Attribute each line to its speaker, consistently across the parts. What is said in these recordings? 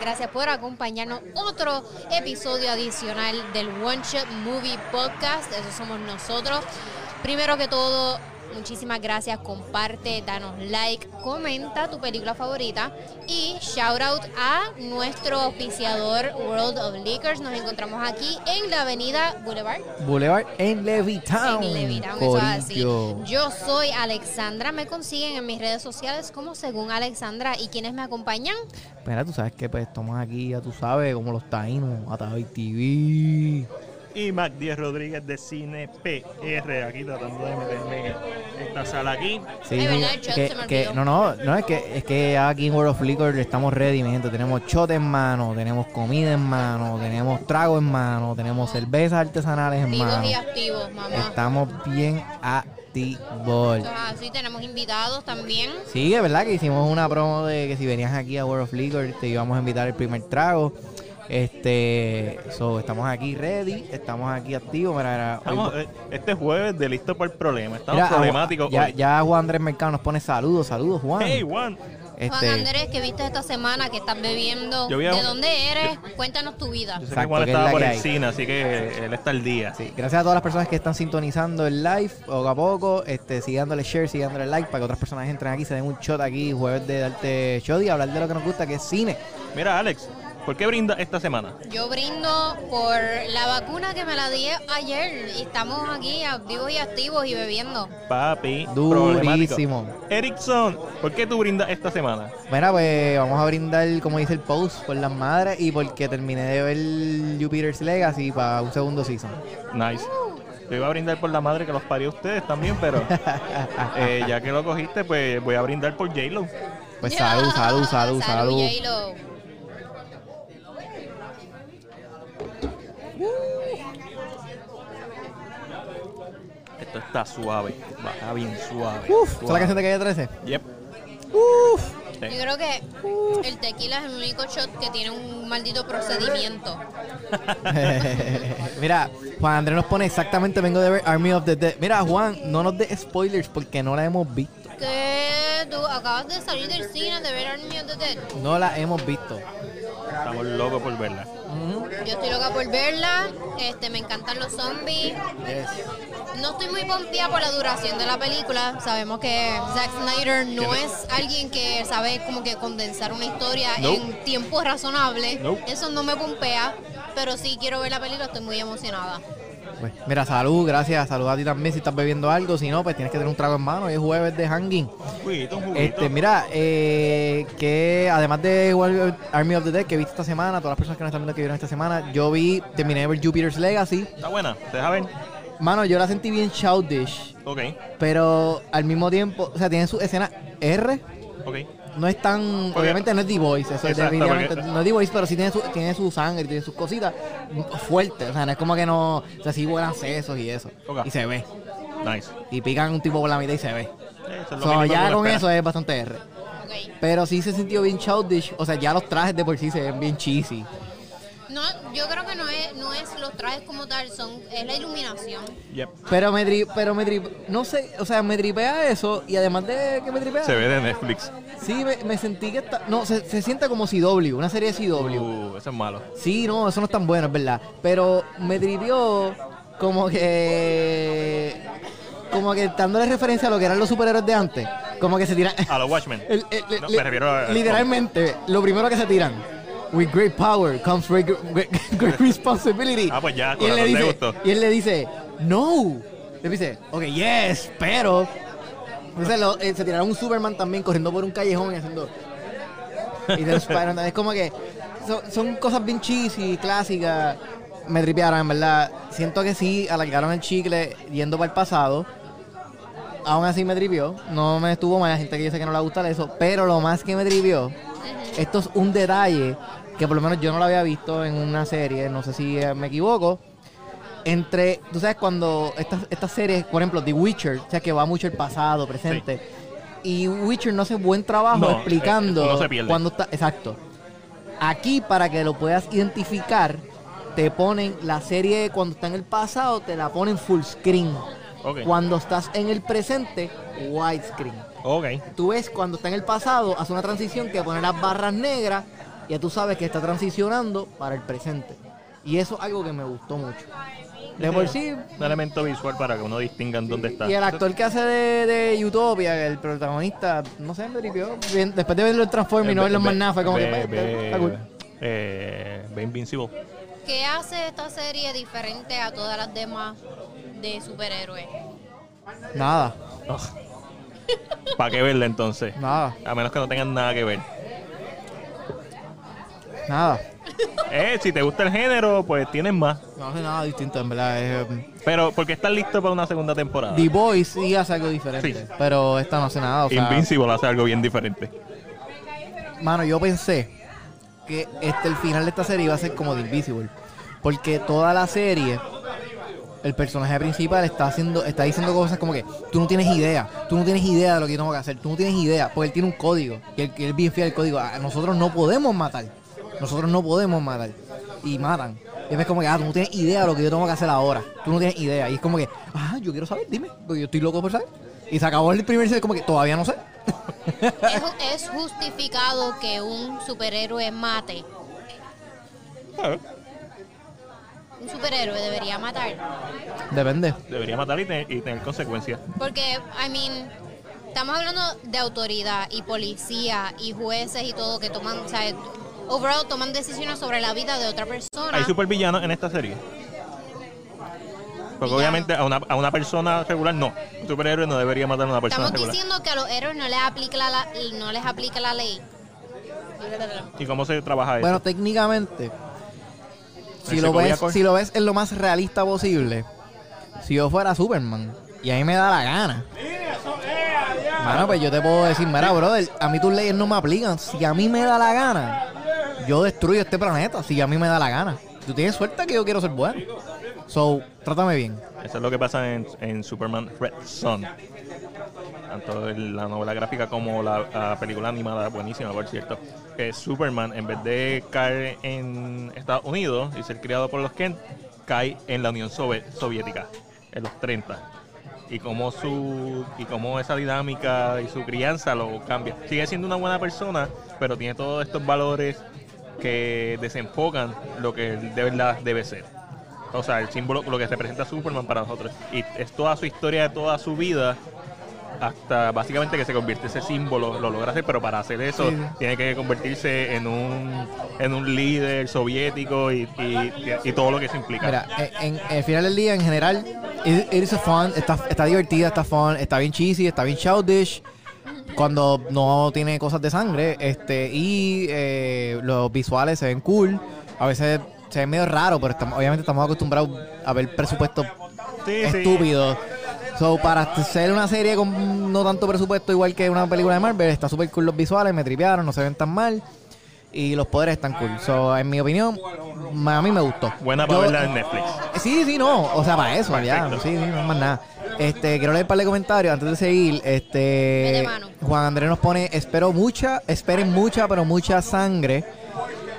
Speaker 1: gracias por acompañarnos. Otro episodio adicional del One Shot Movie Podcast. Eso somos nosotros. Primero que todo, muchísimas gracias. Comparte, danos like, comenta tu película favorita. Y shout out a nuestro auspiciador World of Liquors. Nos encontramos aquí en la avenida Boulevard.
Speaker 2: Boulevard en Levittown.
Speaker 1: En Levittown, eso es así.
Speaker 2: Corillo.
Speaker 1: Yo soy Alexandra, me consiguen en mis redes sociales como según Alexandra y quienes me acompañan.
Speaker 2: Mira, tú sabes que pues estamos aquí, ya tú sabes, como los taínos, Atavi TV.
Speaker 3: y Mac Díaz Rodríguez de Cine PR, aquí tratando de meterme en esta sala aquí.
Speaker 2: Sí,
Speaker 1: Ay, ¿verdad? El shot
Speaker 2: que,
Speaker 1: se me
Speaker 2: que-
Speaker 1: olvidó.
Speaker 2: no, no, no, es que, es que aquí en World of Liquor estamos ready, mi gente. Tenemos shot en mano, tenemos comida en mano, tenemos trago en mano, tenemos cervezas artesanales en
Speaker 1: Vivos
Speaker 2: mano.
Speaker 1: y activos, mamá.
Speaker 2: Estamos bien activos.
Speaker 1: Eso es así, tenemos invitados también.
Speaker 2: Sí, es verdad que hicimos una promo de que si venías aquí a World of Liquor te íbamos a invitar el primer trago. Este, so, estamos aquí ready, estamos aquí activos. Mira, mira, hoy-
Speaker 3: Estamos, eh, este jueves de listo para el problema, estamos
Speaker 2: mira, a Ju-
Speaker 3: problemáticos
Speaker 2: Ya,
Speaker 3: hoy.
Speaker 2: ya Juan Andrés Mercado nos pone saludos, saludos Juan.
Speaker 3: Hey, Juan,
Speaker 2: Este,
Speaker 1: Juan Andrés, que viste esta semana que estás bebiendo?
Speaker 3: Yo vi a
Speaker 1: ¿De
Speaker 3: un-
Speaker 1: dónde eres? Cuéntanos tu vida.
Speaker 3: yo sé que
Speaker 2: Exacto,
Speaker 3: Juan
Speaker 2: que es la
Speaker 3: estaba por
Speaker 2: que
Speaker 3: el
Speaker 2: hay.
Speaker 3: cine, así que eh, él está al día.
Speaker 2: sí, gracias a todas las personas que están sintonizando el live poco a poco. Este, sigue dándole share, sigue dándole like para que otras personas entren aquí, se den un shot aquí jueves de darte shot y hablar de lo que nos gusta, que es cine.
Speaker 3: Mira, Alex, ¿por qué brinda esta semana?
Speaker 1: Yo brindo por la vacuna que me la di ayer y estamos aquí a- vivos y activos y bebiendo.
Speaker 3: Papi, problemático.
Speaker 2: Durísimo.
Speaker 3: Erickson, ¿por qué tú brindas esta semana?
Speaker 2: Mira, pues vamos a brindar, como dice el post, por las madres y porque terminé de ver Jupiter's Legacy para un segundo season.
Speaker 3: Nice. Yo iba a brindar por la madre que los parió a ustedes también, pero eh, ya que lo cogiste, pues voy a brindar por J-Lo.
Speaker 2: Pues salud, salud, salud, salud.
Speaker 1: Yailo.
Speaker 3: Esto está suave, baja bien suave.
Speaker 2: Uf, ¿es la
Speaker 3: Suave.
Speaker 2: canción de Calle 13?
Speaker 3: Yep.
Speaker 2: Uf.
Speaker 3: Sí.
Speaker 1: Yo creo que uh, el tequila es el único shot que tiene un maldito procedimiento.
Speaker 2: Mira, Juan Andrés nos pone exactamente, vengo de ver Army of the Dead. Mira, Juan, no nos dé spoilers porque no la hemos visto.
Speaker 1: Que tú acabas de salir del cine de ver Army of the Dead.
Speaker 2: No la hemos visto.
Speaker 3: Estamos locos por verla.
Speaker 1: Yo estoy loca por verla. Este, me encantan los zombies.
Speaker 2: Yes.
Speaker 1: No estoy muy pompeada por la duración de la película. Sabemos que Zack Snyder no
Speaker 3: ¿Quién
Speaker 1: es alguien que sabe como que condensar una historia
Speaker 3: No.
Speaker 1: en tiempo razonable.
Speaker 3: No.
Speaker 1: Eso no me pompea, pero sí quiero ver la película, estoy muy emocionada.
Speaker 2: Pues, mira, salud, gracias. Salud a ti también si estás bebiendo algo. Si no, pues tienes que tener un trago en mano. Hoy es jueves de hanging.
Speaker 3: Un juguito, un juguito.
Speaker 2: Este, mira, eh, que además de Wild Army of the Dead que viste esta semana, todas las personas que nos están viendo que vieron esta semana, yo vi, terminé de ver Jupiter's Legacy.
Speaker 3: Está buena, te deja ver.
Speaker 2: Mano, yo la sentí bien childish,
Speaker 3: Ok,
Speaker 2: pero al mismo tiempo, o sea, tiene su escena R,
Speaker 3: ok.
Speaker 2: no es tan,
Speaker 3: Porque-
Speaker 2: obviamente no es D-Voice, eso es
Speaker 3: Exacto,
Speaker 2: definitivamente,
Speaker 3: porque-
Speaker 2: no es D-Voice, pero sí tiene su, tiene su sangre, tiene sus cositas fuertes, o sea, no es como que no, o sea, sí vuelan sesos y eso,
Speaker 3: Ok.
Speaker 2: y se ve,
Speaker 3: Nice. Eh,
Speaker 2: y pican un tipo por la mitad y se ve.
Speaker 3: Eso es lo
Speaker 2: So,
Speaker 3: mínimo que
Speaker 2: ya
Speaker 3: uno
Speaker 2: con
Speaker 3: espera.
Speaker 2: eso es bastante R.
Speaker 1: Ok.
Speaker 2: Pero sí se sintió bien childish. O sea, ya los trajes de por sí se ven bien cheesy.
Speaker 1: No, yo creo que no es, no es los trajes como tal, son, es la iluminación.
Speaker 3: Yep.
Speaker 2: Pero me tri, pero me tri, no sé, o sea, me tripea eso y además de que me tripea,
Speaker 3: Se ve de Netflix.
Speaker 2: sí me, me sentí que está, no, se, se siente como CW, una serie de CW.
Speaker 3: Uh, eso es malo.
Speaker 2: Sí, no, eso no es tan bueno, es verdad. Pero me tripió como que, como que dándole referencia a lo que eran los superhéroes de antes, como que se tiran.
Speaker 3: A los Watchmen.
Speaker 2: El- el-
Speaker 3: Ah. No,
Speaker 2: li-
Speaker 3: me refiero a-
Speaker 2: literalmente, lo primero que se tiran. With great power comes great, great- great responsibility.
Speaker 3: Ah, pues ya,
Speaker 2: y él,
Speaker 3: corazón,
Speaker 2: le
Speaker 3: te
Speaker 2: dice,
Speaker 3: gustó.
Speaker 2: y él le dice, no. Le dice, ok, yes, pero. Entonces lo- eh, se tiraron un Superman también corriendo por un callejón y haciendo. Y de Spider-Man. Es como que son, son cosas bien cheesy, clásicas. Me tripearon, en verdad. Siento que sí, alargaron el chicle yendo para el pasado. Aún así me tripió. No me estuvo mal. Hay gente que yo sé que no le gusta eso. Pero lo más que me tripió, esto es un detalle que por lo menos yo no lo había visto en una serie. No sé si eh, me equivoco. Entre, tú sabes, cuando estas estas series, por ejemplo, The Witcher, o sea, que va mucho el pasado, presente. Y Witcher no hace buen trabajo
Speaker 3: No,
Speaker 2: explicando
Speaker 3: eh, uno se pierde.
Speaker 2: cuando está. Exacto. Aquí, para que lo puedas identificar, te ponen la serie cuando está en el pasado, te la ponen full screen.
Speaker 3: Ok.
Speaker 2: Cuando estás en el presente, widescreen.
Speaker 3: Ok.
Speaker 2: Tú ves cuando está en el pasado, hace una transición que pone las barras negras ya tú sabes que está transicionando para el presente. Y eso es algo que me gustó mucho. De por sí,
Speaker 3: Un elemento visual para que uno distinga en dónde está.
Speaker 2: y el actor que hace de, de Utopia, el protagonista, no sé, me tripió. Bien, Después de verlo en Transformers y no verlo en más nada, fue como que,
Speaker 3: eh, ve,
Speaker 2: pues, está cool.
Speaker 3: eh, ve Invincible.
Speaker 1: ¿Qué hace esta serie diferente a todas las demás de superhéroes?
Speaker 2: Nada,
Speaker 3: ¿Para qué verla entonces?
Speaker 2: nada,
Speaker 3: A menos que no tengan nada que ver.
Speaker 2: nada.
Speaker 3: Eh, si te gusta el género, pues tienes más.
Speaker 2: No hace nada distinto, en verdad. es, um,
Speaker 3: Pero, porque estás listo para una segunda temporada?
Speaker 2: The Boys sí hace algo diferente,
Speaker 3: Ah. Sí.
Speaker 2: pero esta no hace nada. O sea,
Speaker 3: Invincible hace algo bien diferente.
Speaker 2: Mano, yo pensé que este, el final de esta serie iba a ser como The Invisible. Porque toda la serie, el personaje principal está haciendo, está diciendo cosas como que tú no tienes idea, tú no tienes idea de lo que yo tengo que hacer, tú no tienes idea, porque él tiene un código, y él, y él bien fiel al código. "Ah, Nosotros no podemos matar, nosotros no podemos matar. Y matan. Y es como que, ah, tú no tienes idea de lo que yo tengo que hacer ahora. Tú no tienes idea. Y es como que, ah, yo quiero saber, dime, porque yo estoy loco por saber. Y se acabó el primer set, como que todavía no sé.
Speaker 1: ¿Es, ju- es justificado que un superhéroe mate?
Speaker 3: Ah,
Speaker 1: Un superhéroe debería matar.
Speaker 2: Depende.
Speaker 3: Debería matar y, te- y tener consecuencias.
Speaker 1: Porque, I mean, estamos hablando de autoridad y policía y jueces y todo que toman, o sea, overall toman decisiones sobre la vida de otra persona.
Speaker 3: Hay supervillanos en esta serie. Porque
Speaker 1: Villano.
Speaker 3: obviamente a una, a una persona regular no. Un superhéroe no debería matar a una persona
Speaker 1: Estamos
Speaker 3: regular.
Speaker 1: diciendo que a los héroes no les aplica la, la- no les aplica la ley.
Speaker 3: ¿Y cómo se trabaja eso?
Speaker 2: Bueno, técnicamente, si
Speaker 3: Ese
Speaker 2: lo,
Speaker 3: Cobia
Speaker 2: ves,
Speaker 3: Cor-
Speaker 2: si lo ves en lo más realista posible, si yo fuera Superman y a mí me da la gana, mano, pues yo te puedo decir, mira, brother, a mí tus leyes no me aplican. Si a mí me da la gana, yo destruyo este planeta. Si a mí me da la gana, tú tienes suerte que yo quiero ser bueno. So, trátame bien.
Speaker 3: Eso es lo que pasa en, en Superman Red Son. Tanto en la novela gráfica como la, la película animada, buenísima por cierto. Que Superman, en vez de caer en Estados Unidos y ser criado por los Kent, cae en la Unión Sovi- Soviética, en los 30. Y cómo, su, y cómo esa dinámica y su crianza lo cambia. Sigue siendo una buena persona, pero tiene todos estos valores que desenfocan lo que él de verdad debe ser. O sea, el símbolo, lo que representa Superman para nosotros. Y es toda su historia, toda su vida, hasta básicamente que se convierte ese símbolo, lo logra hacer, pero para hacer eso
Speaker 2: Sí, sí.
Speaker 3: tiene que convertirse en un, en un líder soviético y, y- y todo lo que eso implica.
Speaker 2: Mira, en, en el final del día, en general, it, it is a fun, está, está divertida, está fun, está bien cheesy, está bien childish. Cuando no tiene cosas de sangre, este, y eh, los visuales se ven cool. A veces se ven medio raro, pero estamos, obviamente estamos acostumbrados a ver presupuestos
Speaker 3: Sí, sí.
Speaker 2: estúpidos. So, para ser una serie con no tanto presupuesto, igual que una película de Marvel, está super cool los visuales, me tripearon, no se ven tan mal. Y los poderes están cool. So, en mi opinión, a mí me gustó.
Speaker 3: Buena para
Speaker 2: Yo-
Speaker 3: verla en Netflix.
Speaker 2: Sí, sí, no. O sea, para eso, ya.
Speaker 3: Perfecto.
Speaker 2: Sí, sí, no es más nada. Este, quiero leer un par de comentarios antes de seguir.
Speaker 1: Mete
Speaker 2: Este,
Speaker 1: mano.
Speaker 2: Juan Andrés nos pone, espero mucha, esperen mucha, pero mucha sangre.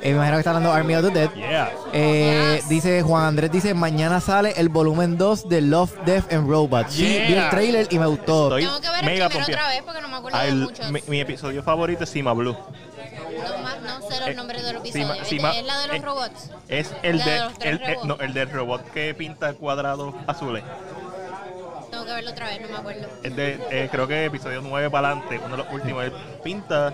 Speaker 2: Eh, me imagino que está hablando Army of the Dead.
Speaker 3: Yeah.
Speaker 2: Eh,
Speaker 1: Yes.
Speaker 2: Dice Juan Andrés, dice, mañana sale el volumen 2 de Love, Death and Robots. Sí,
Speaker 3: Yeah.
Speaker 2: vi el trailer y me gustó.
Speaker 3: Estoy
Speaker 1: Tengo que ver el
Speaker 3: mega
Speaker 1: primero
Speaker 3: confiado.
Speaker 1: otra vez porque no me acuerdo de
Speaker 3: Al-
Speaker 1: muchos.
Speaker 3: mi, mi episodio favorito es Sima Blue.
Speaker 1: No, ma- no sé los
Speaker 3: Eh,
Speaker 1: nombres de los
Speaker 3: Sima-
Speaker 1: episodios.
Speaker 3: Sima-
Speaker 1: es la de los
Speaker 3: eh,
Speaker 1: robots.
Speaker 3: Es el,
Speaker 1: La
Speaker 3: de,
Speaker 1: de los tres
Speaker 3: el, el-
Speaker 1: robots.
Speaker 3: no, el del robot que pinta cuadrados azules.
Speaker 1: Tengo que verlo otra vez, no me acuerdo.
Speaker 3: Es de, eh, creo que episodio 9 para adelante, uno de los últimos, él pinta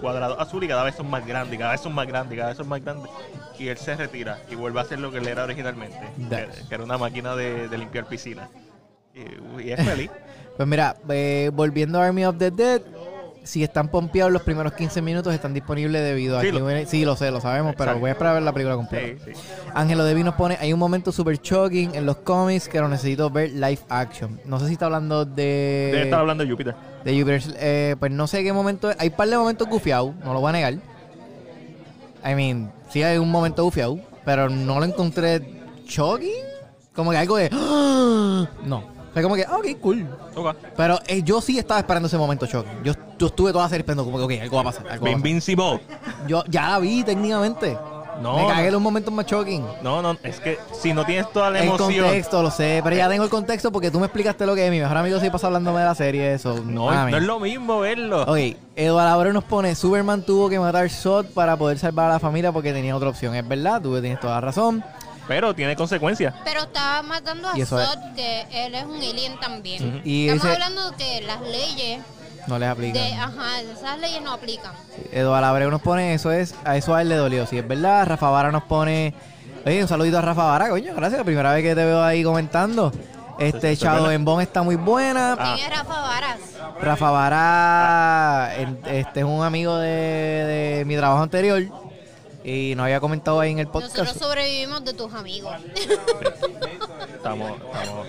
Speaker 3: cuadrado azul y cada vez son más grandes, y cada vez son más grandes, y cada vez son más grandes. Y él se retira y vuelve a hacer lo que él era originalmente, que,
Speaker 2: That's-
Speaker 3: que era una máquina de, de limpiar piscina. Y, y es feliz.
Speaker 2: Pues mira, eh, volviendo a Army of the Dead, si están pompeados los primeros 15 minutos están disponibles debido a
Speaker 3: Sí,
Speaker 2: que
Speaker 3: lo-
Speaker 2: viene- sí, lo sé, lo sabemos, pero
Speaker 3: Exacto.
Speaker 2: voy a esperar a ver la película completa.
Speaker 3: sí, sí.
Speaker 2: Ángelo Devi nos pone, hay un momento super shocking en los cómics que lo necesito ver live action. No sé si está hablando
Speaker 3: Debe
Speaker 2: de...
Speaker 3: estar hablando de Júpiter.
Speaker 2: de Jupiter's- eh, pues no sé qué momento... es. Hay un par de momentos gufiados, no lo voy a negar. I mean, sí hay un momento gufiado, pero no lo encontré shocking. Como que algo de... "Ah". No. Fue como que, ah, ok, cool.
Speaker 3: Ok.
Speaker 2: Pero eh, yo sí estaba esperando ese momento shocking. Yo, yo estuve toda la serie esperando como que, ok, algo va a pasar. algo va a pasar.
Speaker 3: Invincible.
Speaker 2: Yo ya la vi técnicamente.
Speaker 3: No,
Speaker 2: Me
Speaker 3: no.
Speaker 2: cagué en un momento más shocking.
Speaker 3: No, no, es que si no tienes toda la
Speaker 2: El
Speaker 3: emoción. Eh.
Speaker 2: contexto, lo sé, pero ya tengo el contexto porque tú me explicaste lo que es. Mi mejor amigo sí pasa hablándome de la serie, eso.
Speaker 3: No,
Speaker 2: mami.
Speaker 3: no es lo mismo verlo.
Speaker 2: Ah, Ok, Eduardo Abreu nos pone, Superman tuvo que matar a Zod para poder salvar a la familia porque tenía otra opción. Es verdad, tú tienes toda la razón.
Speaker 3: Pero tiene consecuencias.
Speaker 1: Pero estaba matando a
Speaker 2: Y eso es-
Speaker 1: Zod, que él es un alien también.
Speaker 3: Ujú.
Speaker 2: Y
Speaker 1: Estamos
Speaker 2: dice-
Speaker 1: hablando que las leyes
Speaker 2: No les aplica.
Speaker 1: de, ah. ajá, esas leyes no aplican.
Speaker 2: Eduardo Abreu nos pone, eso es, a eso a él le dolió. Si es verdad, Rafa Vara nos pone, oye, un saludito a Rafa Vara, coño, gracias, primera vez que te veo ahí comentando. Este
Speaker 3: Sí, sí,
Speaker 2: Shadow
Speaker 3: buena.
Speaker 2: Embón está muy buena.
Speaker 3: Ah.
Speaker 1: ¿Quién es Rafa Varas?
Speaker 2: Rafa Vara, el- este es un amigo de, de mi trabajo anterior y nos había comentado ahí en el
Speaker 1: Nosotros
Speaker 2: podcast.
Speaker 1: sobrevivimos de tus amigos.
Speaker 3: Estamos, estamos.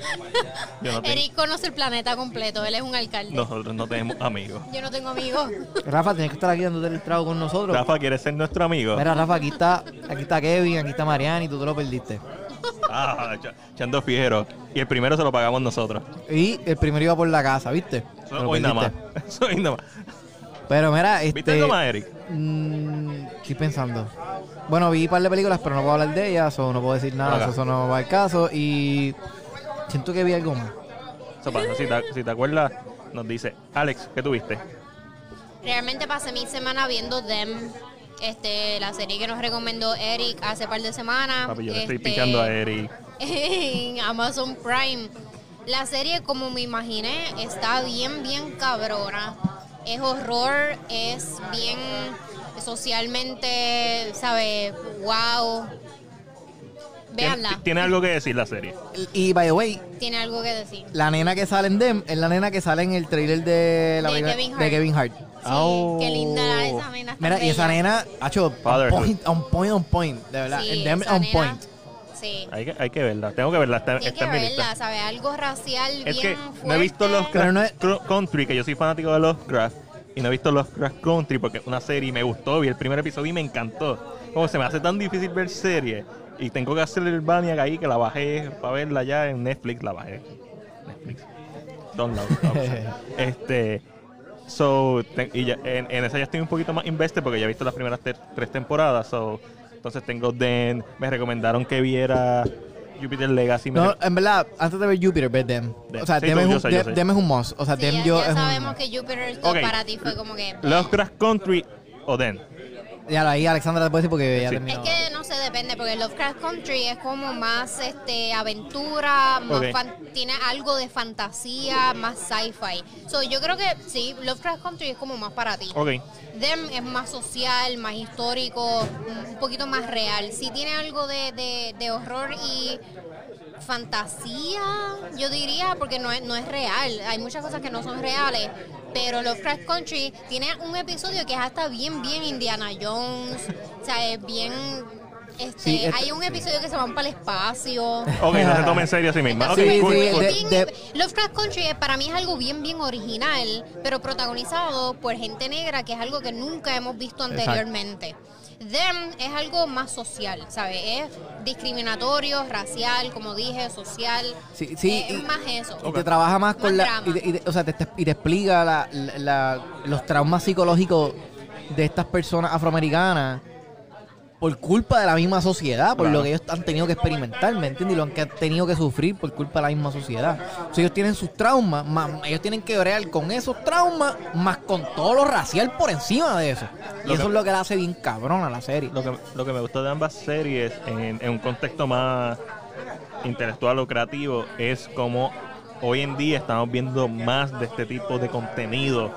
Speaker 3: Yo no tengo-
Speaker 1: Eric conoce el planeta completo, él es un alcalde.
Speaker 3: nosotros no tenemos amigos.
Speaker 1: Yo no tengo amigos.
Speaker 2: Rafa, tienes que estar aquí dándote el trago con nosotros.
Speaker 3: Rafa quiere ser nuestro amigo.
Speaker 2: Mira, Rafa, aquí está, aquí está Kevin, aquí está Mariani, tú te lo perdiste.
Speaker 3: Ah, ch- Chando Fijero. Y el primero se lo pagamos nosotros.
Speaker 2: Y el primero iba por la casa, ¿viste? Te
Speaker 3: Eso
Speaker 2: lo
Speaker 3: hoy nada más.
Speaker 2: perdiste.
Speaker 3: Eso hoy nada más.
Speaker 2: Pero mira, este...
Speaker 3: ¿Viste algo más, Eric?
Speaker 2: Mm, estoy pensando. Bueno, vi un par de películas, pero no puedo hablar de ellas, o no puedo decir nada,
Speaker 3: Acá.
Speaker 2: eso, eso no va al caso. Y siento que vi algo más.
Speaker 3: Eso pasa. Si te, si te acuerdas, nos dice, Alex, ¿qué tuviste?
Speaker 1: Realmente pasé mi semana viendo Them, este, la serie que nos recomendó Eric hace par de semanas.
Speaker 3: Papi, yo le estoy
Speaker 1: este,
Speaker 3: pichando a Eric.
Speaker 1: en Amazon Prime. La serie, como me imaginé, está bien, bien cabrona. Es horror, es bien socialmente, ¿sabes? Wow.
Speaker 3: ¿Tien-
Speaker 1: Véanla.
Speaker 3: Tiene algo que decir la serie.
Speaker 2: Y, y, by the way,
Speaker 1: Tiene algo que decir.
Speaker 2: la nena que sale en Dem es la nena que sale en el trailer de, la
Speaker 1: De Kevin
Speaker 2: película- de
Speaker 1: Hart.
Speaker 2: Kevin Hart.
Speaker 1: Sí,
Speaker 3: Oh.
Speaker 1: qué linda esa nena. está
Speaker 2: Mira, y esa
Speaker 1: bella.
Speaker 2: nena, hacho, on
Speaker 3: Fatherhood.
Speaker 2: point, on point, on point, de verdad.
Speaker 1: Sí,
Speaker 2: en Dem,
Speaker 1: esa
Speaker 2: on
Speaker 1: nena-
Speaker 2: point.
Speaker 1: Sí.
Speaker 3: Hay que, hay que verla. Tengo que verla. Está,
Speaker 1: Tiene
Speaker 3: está
Speaker 1: que
Speaker 3: en mi lista.
Speaker 1: verla, ¿sabes? Algo racial bien
Speaker 3: Es que
Speaker 1: fuerte.
Speaker 3: no he visto los
Speaker 2: Pero no es-
Speaker 3: Country, que yo soy fanático de los Craft, y no he visto los Craft Country porque es una serie y me gustó, vi el primer episodio y me encantó. Como se me hace tan difícil ver series, y tengo que hacer el Baniac ahí, que la bajé para verla ya en Netflix, la bajé. Netflix. Download. option. este. So, te- y ya- en, en esa ya estoy un poquito más invested porque ya he visto las primeras ter- tres temporadas. So, entonces tengo Den, me recomendaron que viera Jupiter Legacy. me
Speaker 2: No,
Speaker 3: re-
Speaker 2: en verdad, antes de ver Jupiter, ve Dem.
Speaker 3: Dem.
Speaker 2: O sea,
Speaker 3: Sí,
Speaker 2: Dem,
Speaker 3: tú,
Speaker 2: es un,
Speaker 3: yo sé, yo
Speaker 2: Dem-
Speaker 3: sé.
Speaker 2: Dem es un must. O sea,
Speaker 1: Sí,
Speaker 2: Dem
Speaker 1: ya,
Speaker 2: yo
Speaker 1: ya
Speaker 2: es
Speaker 1: sabemos
Speaker 2: un...
Speaker 1: que Jupiter
Speaker 3: Ok.
Speaker 1: para ti fue como que...
Speaker 3: Los Crash Country o Den.
Speaker 2: Ya ahí Alexandra te puede decir porque ya
Speaker 3: Sí.
Speaker 1: Es
Speaker 2: terminó.
Speaker 1: que no sé, depende, porque Lovecraft Country es como más este aventura, más
Speaker 3: Ok.
Speaker 1: fan- tiene algo de fantasía, más sci-fi. So, yo creo que sí, Lovecraft Country es como más para ti.
Speaker 3: Ok.
Speaker 1: Them es más social, más histórico, un un poquito más real. Sí tiene algo de, de- de horror y fantasía, yo diría, porque no es, no es real. Hay muchas cosas que no son reales. Pero Lovecraft Country tiene un episodio que es hasta bien, bien Indiana Jones. o sea, es bien... Este,
Speaker 2: Sí, este-
Speaker 1: hay un episodio que se van para el espacio.
Speaker 3: Ok, no se tome en serio a sí misma. Ok,
Speaker 2: Sí,
Speaker 3: cool,
Speaker 2: sí,
Speaker 3: cool.
Speaker 2: de-
Speaker 1: Bien,
Speaker 2: de-
Speaker 1: Lovecraft Country eh, para mí es algo bien, bien original, pero protagonizado por gente negra, que es algo que nunca hemos visto anteriormente. Them es algo más social, ¿sabes? Es discriminatorio, racial, como dije, social.
Speaker 2: Sí, sí,
Speaker 1: Eh, es
Speaker 2: y-
Speaker 1: más eso.
Speaker 2: Y te trabaja
Speaker 1: Más
Speaker 2: más con la.
Speaker 1: drama.
Speaker 2: Y te, y te- o sea, te, te- y te explica la- la- la- los traumas psicológicos de estas personas afroamericanas por culpa de la misma sociedad, por
Speaker 3: Claro.
Speaker 2: lo que ellos han tenido que experimentar, ¿me entiendes? Y lo que han tenido que sufrir por culpa de la misma sociedad. O sea, ellos tienen sus traumas, más, ellos tienen que brear con esos traumas, más con todo lo racial por encima de eso. Y
Speaker 3: Lo
Speaker 2: eso
Speaker 3: que-
Speaker 2: es lo que la hace bien cabrona la serie.
Speaker 3: Lo que, lo que me gustó de ambas series, en, en un contexto más intelectual o creativo, es como hoy en día estamos viendo más de este tipo de contenido.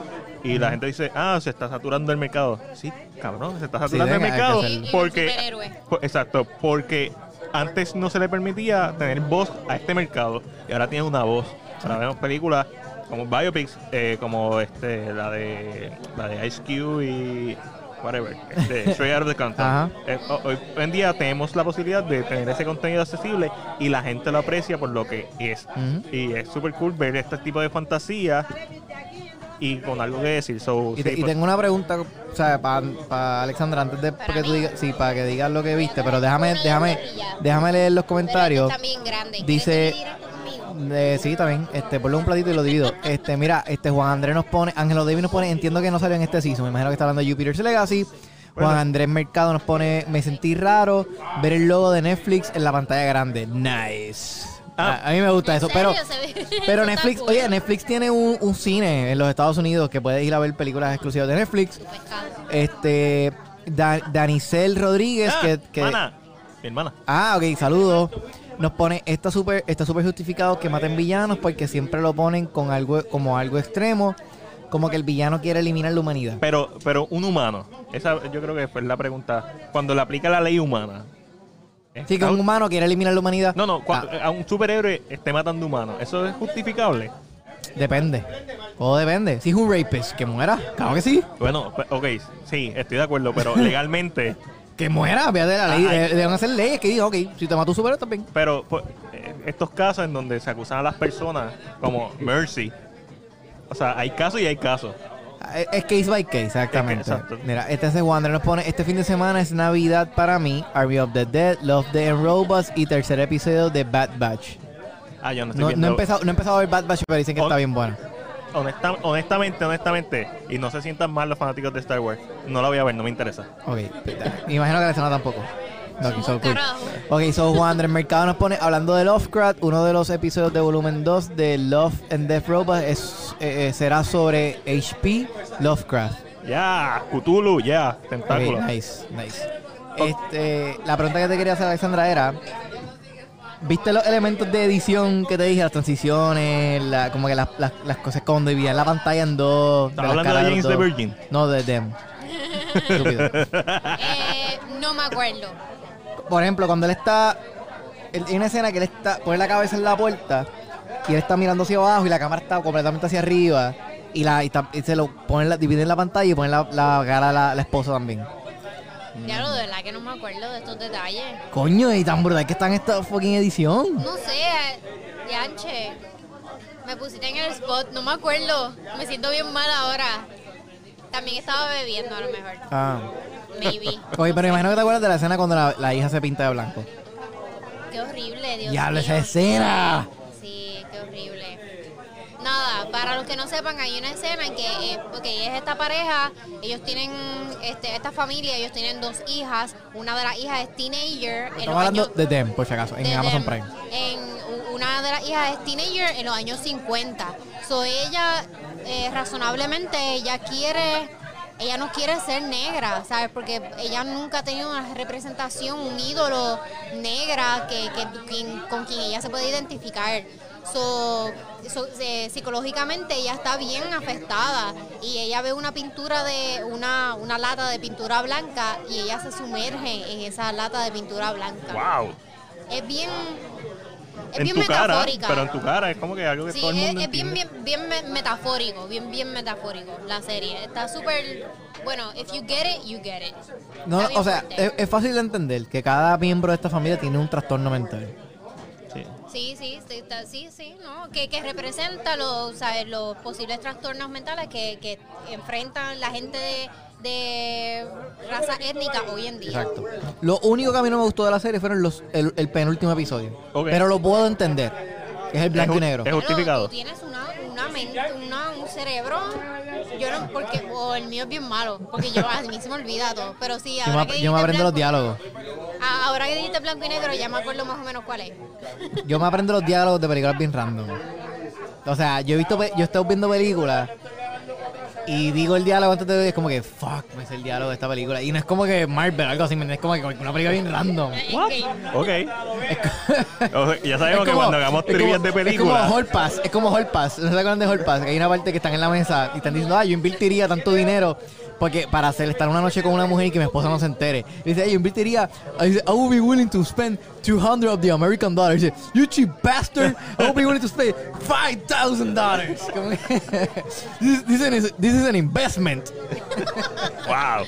Speaker 3: Y la gente dice, ah, se está saturando el mercado. Sí, cabrón, se está saturando
Speaker 2: hay
Speaker 3: el
Speaker 2: que- hay que
Speaker 3: mercado.
Speaker 2: hacerlo.
Speaker 1: Y
Speaker 3: Porque,
Speaker 1: los superhéroes.
Speaker 3: po- exacto, porque antes no se le permitía tener voz a este mercado. Y ahora tiene una voz. Ahora vemos películas como biopics, eh, como este, la de la de Ice Cube y whatever, este, Straight Out of the Country.
Speaker 2: Ajá.
Speaker 3: Eh, ho- hoy en día tenemos la posibilidad de tener ese contenido accesible y la gente lo aprecia por lo que es.
Speaker 2: Ujú.
Speaker 3: Y es súper cool ver este tipo de fantasía y con algo que decir. So,
Speaker 2: Y, te-
Speaker 3: sí,
Speaker 2: y
Speaker 3: pues,
Speaker 2: tengo una pregunta, o sea, para Alexandra, antes de
Speaker 1: ¿Para
Speaker 2: que tú
Speaker 1: mí?
Speaker 2: digas, sí, para que digas lo que viste, pero déjame, déjame, déjame leer los
Speaker 1: Pero
Speaker 2: comentarios.
Speaker 1: este está bien grande. ¿Quieres
Speaker 2: Dice-
Speaker 1: que te lo diga conmigo?
Speaker 2: Eh, sí, también, este, ponle un platito y lo divido. Este, mira, este Juan Andrés nos pone, Ángelo Davis nos pone, entiendo que no salió en este season, me imagino que está hablando de Jupiter's Legacy. Juan Andrés Mercado nos pone, me sentí raro ver el logo de Netflix en la pantalla grande. Nice.
Speaker 3: Ah.
Speaker 2: A, a mí me gusta
Speaker 1: ¿En
Speaker 2: eso,
Speaker 1: serio?
Speaker 2: pero,
Speaker 1: Se ve- eso
Speaker 2: pero
Speaker 1: está
Speaker 2: Netflix,
Speaker 1: cool.
Speaker 2: oye, Netflix tiene un, un cine en los Estados Unidos que puedes ir a ver películas exclusivas de Netflix.
Speaker 1: Pescado.
Speaker 2: Este, Da- Danicel Rodríguez,
Speaker 3: Ah,
Speaker 2: que, que-
Speaker 3: Mana, mi hermana.
Speaker 2: Ah, ok, saludos. Nos pone, está súper está super justificado que maten villanos porque siempre lo ponen con algo como algo extremo, como que el villano quiere eliminar la humanidad.
Speaker 3: Pero, pero un humano. Esa yo creo que fue la pregunta. Cuando le aplica la ley humana.
Speaker 2: Sí, que
Speaker 3: ¿está
Speaker 2: un
Speaker 3: ju-
Speaker 2: humano quiere eliminar la humanidad.
Speaker 3: No, no, cua-
Speaker 2: Ah,
Speaker 3: a un superhéroe esté matando humanos. Eso es justificable.
Speaker 2: depende. Todo depende. Si es un rapist, que muera. Claro que sí.
Speaker 3: Bueno, pe- ok, sí, estoy de acuerdo, pero legalmente.
Speaker 2: Que muera. Fíjate la ley.
Speaker 3: Ay.
Speaker 2: de- Deben hacer leyes que digan, ok, si te mató un superhéroe, también.
Speaker 3: Pero pues, eh, estos casos en donde se acusan a las personas, como Mercy. O sea, hay casos y hay casos.
Speaker 2: Es- Ah, Es case by case, exactamente.
Speaker 3: Es que- exacto.
Speaker 2: Mira, este es Wander nos pone, este fin de semana es Navidad para mí, Army of the Dead, Love the Robots y tercer episodio de Bad Batch.
Speaker 3: Ah, yo no estoy
Speaker 2: No, no
Speaker 3: viendo.
Speaker 2: he empezado, no he empezado a ver Bad Batch, pero dicen que
Speaker 3: Oh.
Speaker 2: está bien bueno.
Speaker 3: Honesta- honestamente, honestamente, y no se sientan mal los fanáticos de Star Wars, no la voy a ver, no me interesa.
Speaker 2: Ok, me imagino que la escena tampoco. No, que so cool.
Speaker 1: Carajo.
Speaker 2: Ok, so Juan Andrés Mercado nos pone, hablando de Lovecraft, uno de los episodios de volumen 2 de Love and Death Robots es, eh, eh, será sobre HP Lovecraft.
Speaker 3: Ya, Cthulhu, ya,
Speaker 2: Ok,
Speaker 3: tentáculo.
Speaker 2: nice, nice. Este, la pregunta que te quería hacer, Alexandra, era: ¿viste los elementos de edición que te dije? Las transiciones, la- como que las, las, las cosas cuando dividían la pantalla en dos.
Speaker 3: ¿Estás
Speaker 2: las
Speaker 3: hablando
Speaker 2: caras
Speaker 3: de
Speaker 2: los
Speaker 3: James the
Speaker 2: dos.
Speaker 3: Virgin?
Speaker 2: No, de Dem. Estúpido.
Speaker 1: Eh, no me acuerdo.
Speaker 2: Por ejemplo, cuando él está. él- hay una escena que él está. Pone la cabeza en la puerta y él está mirando hacia abajo y la cámara está completamente hacia arriba. Y, la, y está- y se lo ponen, la, dividen la pantalla y ponen la, la cara a la, la esposa también.
Speaker 1: Ya lo de verdad que no me acuerdo de estos detalles.
Speaker 2: Coño, y tan brutal que está en esta fucking edición.
Speaker 1: No sé, Yanche. Me pusiste en el spot, no me acuerdo. Me siento bien mal ahora. También estaba bebiendo a lo mejor.
Speaker 2: Ah.
Speaker 1: Maybe.
Speaker 2: Oye, pero imagino que te acuerdas de la escena cuando la, la hija se pinta de blanco.
Speaker 1: Qué horrible, Dios
Speaker 2: Diablo,
Speaker 1: mío.
Speaker 2: esa escena.
Speaker 1: Sí, qué horrible. Nada, para los que no sepan, hay una escena en que eh, ok, es esta pareja, ellos tienen, este, esta familia, ellos tienen dos hijas, una de las hijas es teenager, en los
Speaker 2: Estamos hablando
Speaker 1: años-
Speaker 2: de Dem, por si acaso, en
Speaker 1: de
Speaker 2: Amazon
Speaker 1: them.
Speaker 2: Prime.
Speaker 1: En u- una de las hijas es teenager en los años 50. So ella, eh, razonablemente, ella quiere, ella no quiere ser negra, ¿sabes? Porque ella nunca ha tenido una representación, un ídolo negra que, que- quien- con quien ella se puede identificar. So, so, eh, psicológicamente ella está bien afectada y ella ve una pintura de una, una lata de pintura blanca y ella se sumerge en esa lata de pintura blanca
Speaker 3: ¡Wow!
Speaker 1: es bien es
Speaker 3: en
Speaker 1: bien
Speaker 3: tu cara,
Speaker 1: metafórica
Speaker 3: pero en tu cara es como que algo que
Speaker 1: sí
Speaker 3: todo el
Speaker 1: es,
Speaker 3: mundo
Speaker 1: es bien,
Speaker 3: entiende.
Speaker 1: bien bien me- metafórico bien bien metafórico la serie está súper bueno if you get it you get it
Speaker 2: No,
Speaker 1: Está bien
Speaker 2: o sea,
Speaker 1: fuerte.
Speaker 2: es, es fácil de entender que cada miembro de esta familia tiene un trastorno mental.
Speaker 3: Sí.
Speaker 1: sí sí sí está- sí, sí, no que, que representa los ¿sabes? los posibles trastornos mentales que, que enfrentan la gente de, de raza étnica hoy en día
Speaker 2: Exacto. Lo único que a mí no me gustó de la serie fueron los, el, el penúltimo episodio.
Speaker 3: Ok.
Speaker 2: Pero lo puedo entender. Es el blanco
Speaker 3: ju-
Speaker 2: y negro.
Speaker 3: es ju-
Speaker 1: Claro,
Speaker 3: justificado.
Speaker 1: Tú tienes una, una mente, una- un cerebro. Yo no, porque o el mío es bien malo, porque yo a mí se me olvida todo. Pero sí,
Speaker 2: Yo me,
Speaker 1: ahora
Speaker 2: ap-
Speaker 1: que
Speaker 2: yo me
Speaker 1: dijiste
Speaker 2: aprendo los
Speaker 1: blanco-
Speaker 2: diálogos.
Speaker 1: ah, ahora que dijiste blanco y negro, ya me acuerdo más o menos cuál es.
Speaker 2: Yo me aprendo los diálogos de películas bien random. O sea, yo he visto, pe- yo he estado viendo películas y digo el diálogo antes de ver, es como que fuck, me sé el diálogo de esta película. Y no es como que Marvel, algo así, ¿me entiendes? es como que una película bien random.
Speaker 3: What? Ok. O sea, ya sabemos
Speaker 2: Es
Speaker 3: que
Speaker 2: como-
Speaker 3: cuando hagamos
Speaker 2: es como-
Speaker 3: trivias de
Speaker 2: Es
Speaker 3: películas.
Speaker 2: como Hall Pass, es como Hall Pass. ¿No se acuerdan de Hall Pass? Que hay una parte que están en la mesa y están diciendo, ah, yo invertiría tanto dinero porque para hacer estar una noche con una mujer y que mi esposa no se entere. Y dice, "Ay, yo invertiría, I, I would be willing to spend 200 of the American dollars. Y dice, you cheap bastard, I would be willing to spend 5,000 dollars. Como que- this, this is- this is an investment.
Speaker 3: ¡Wow!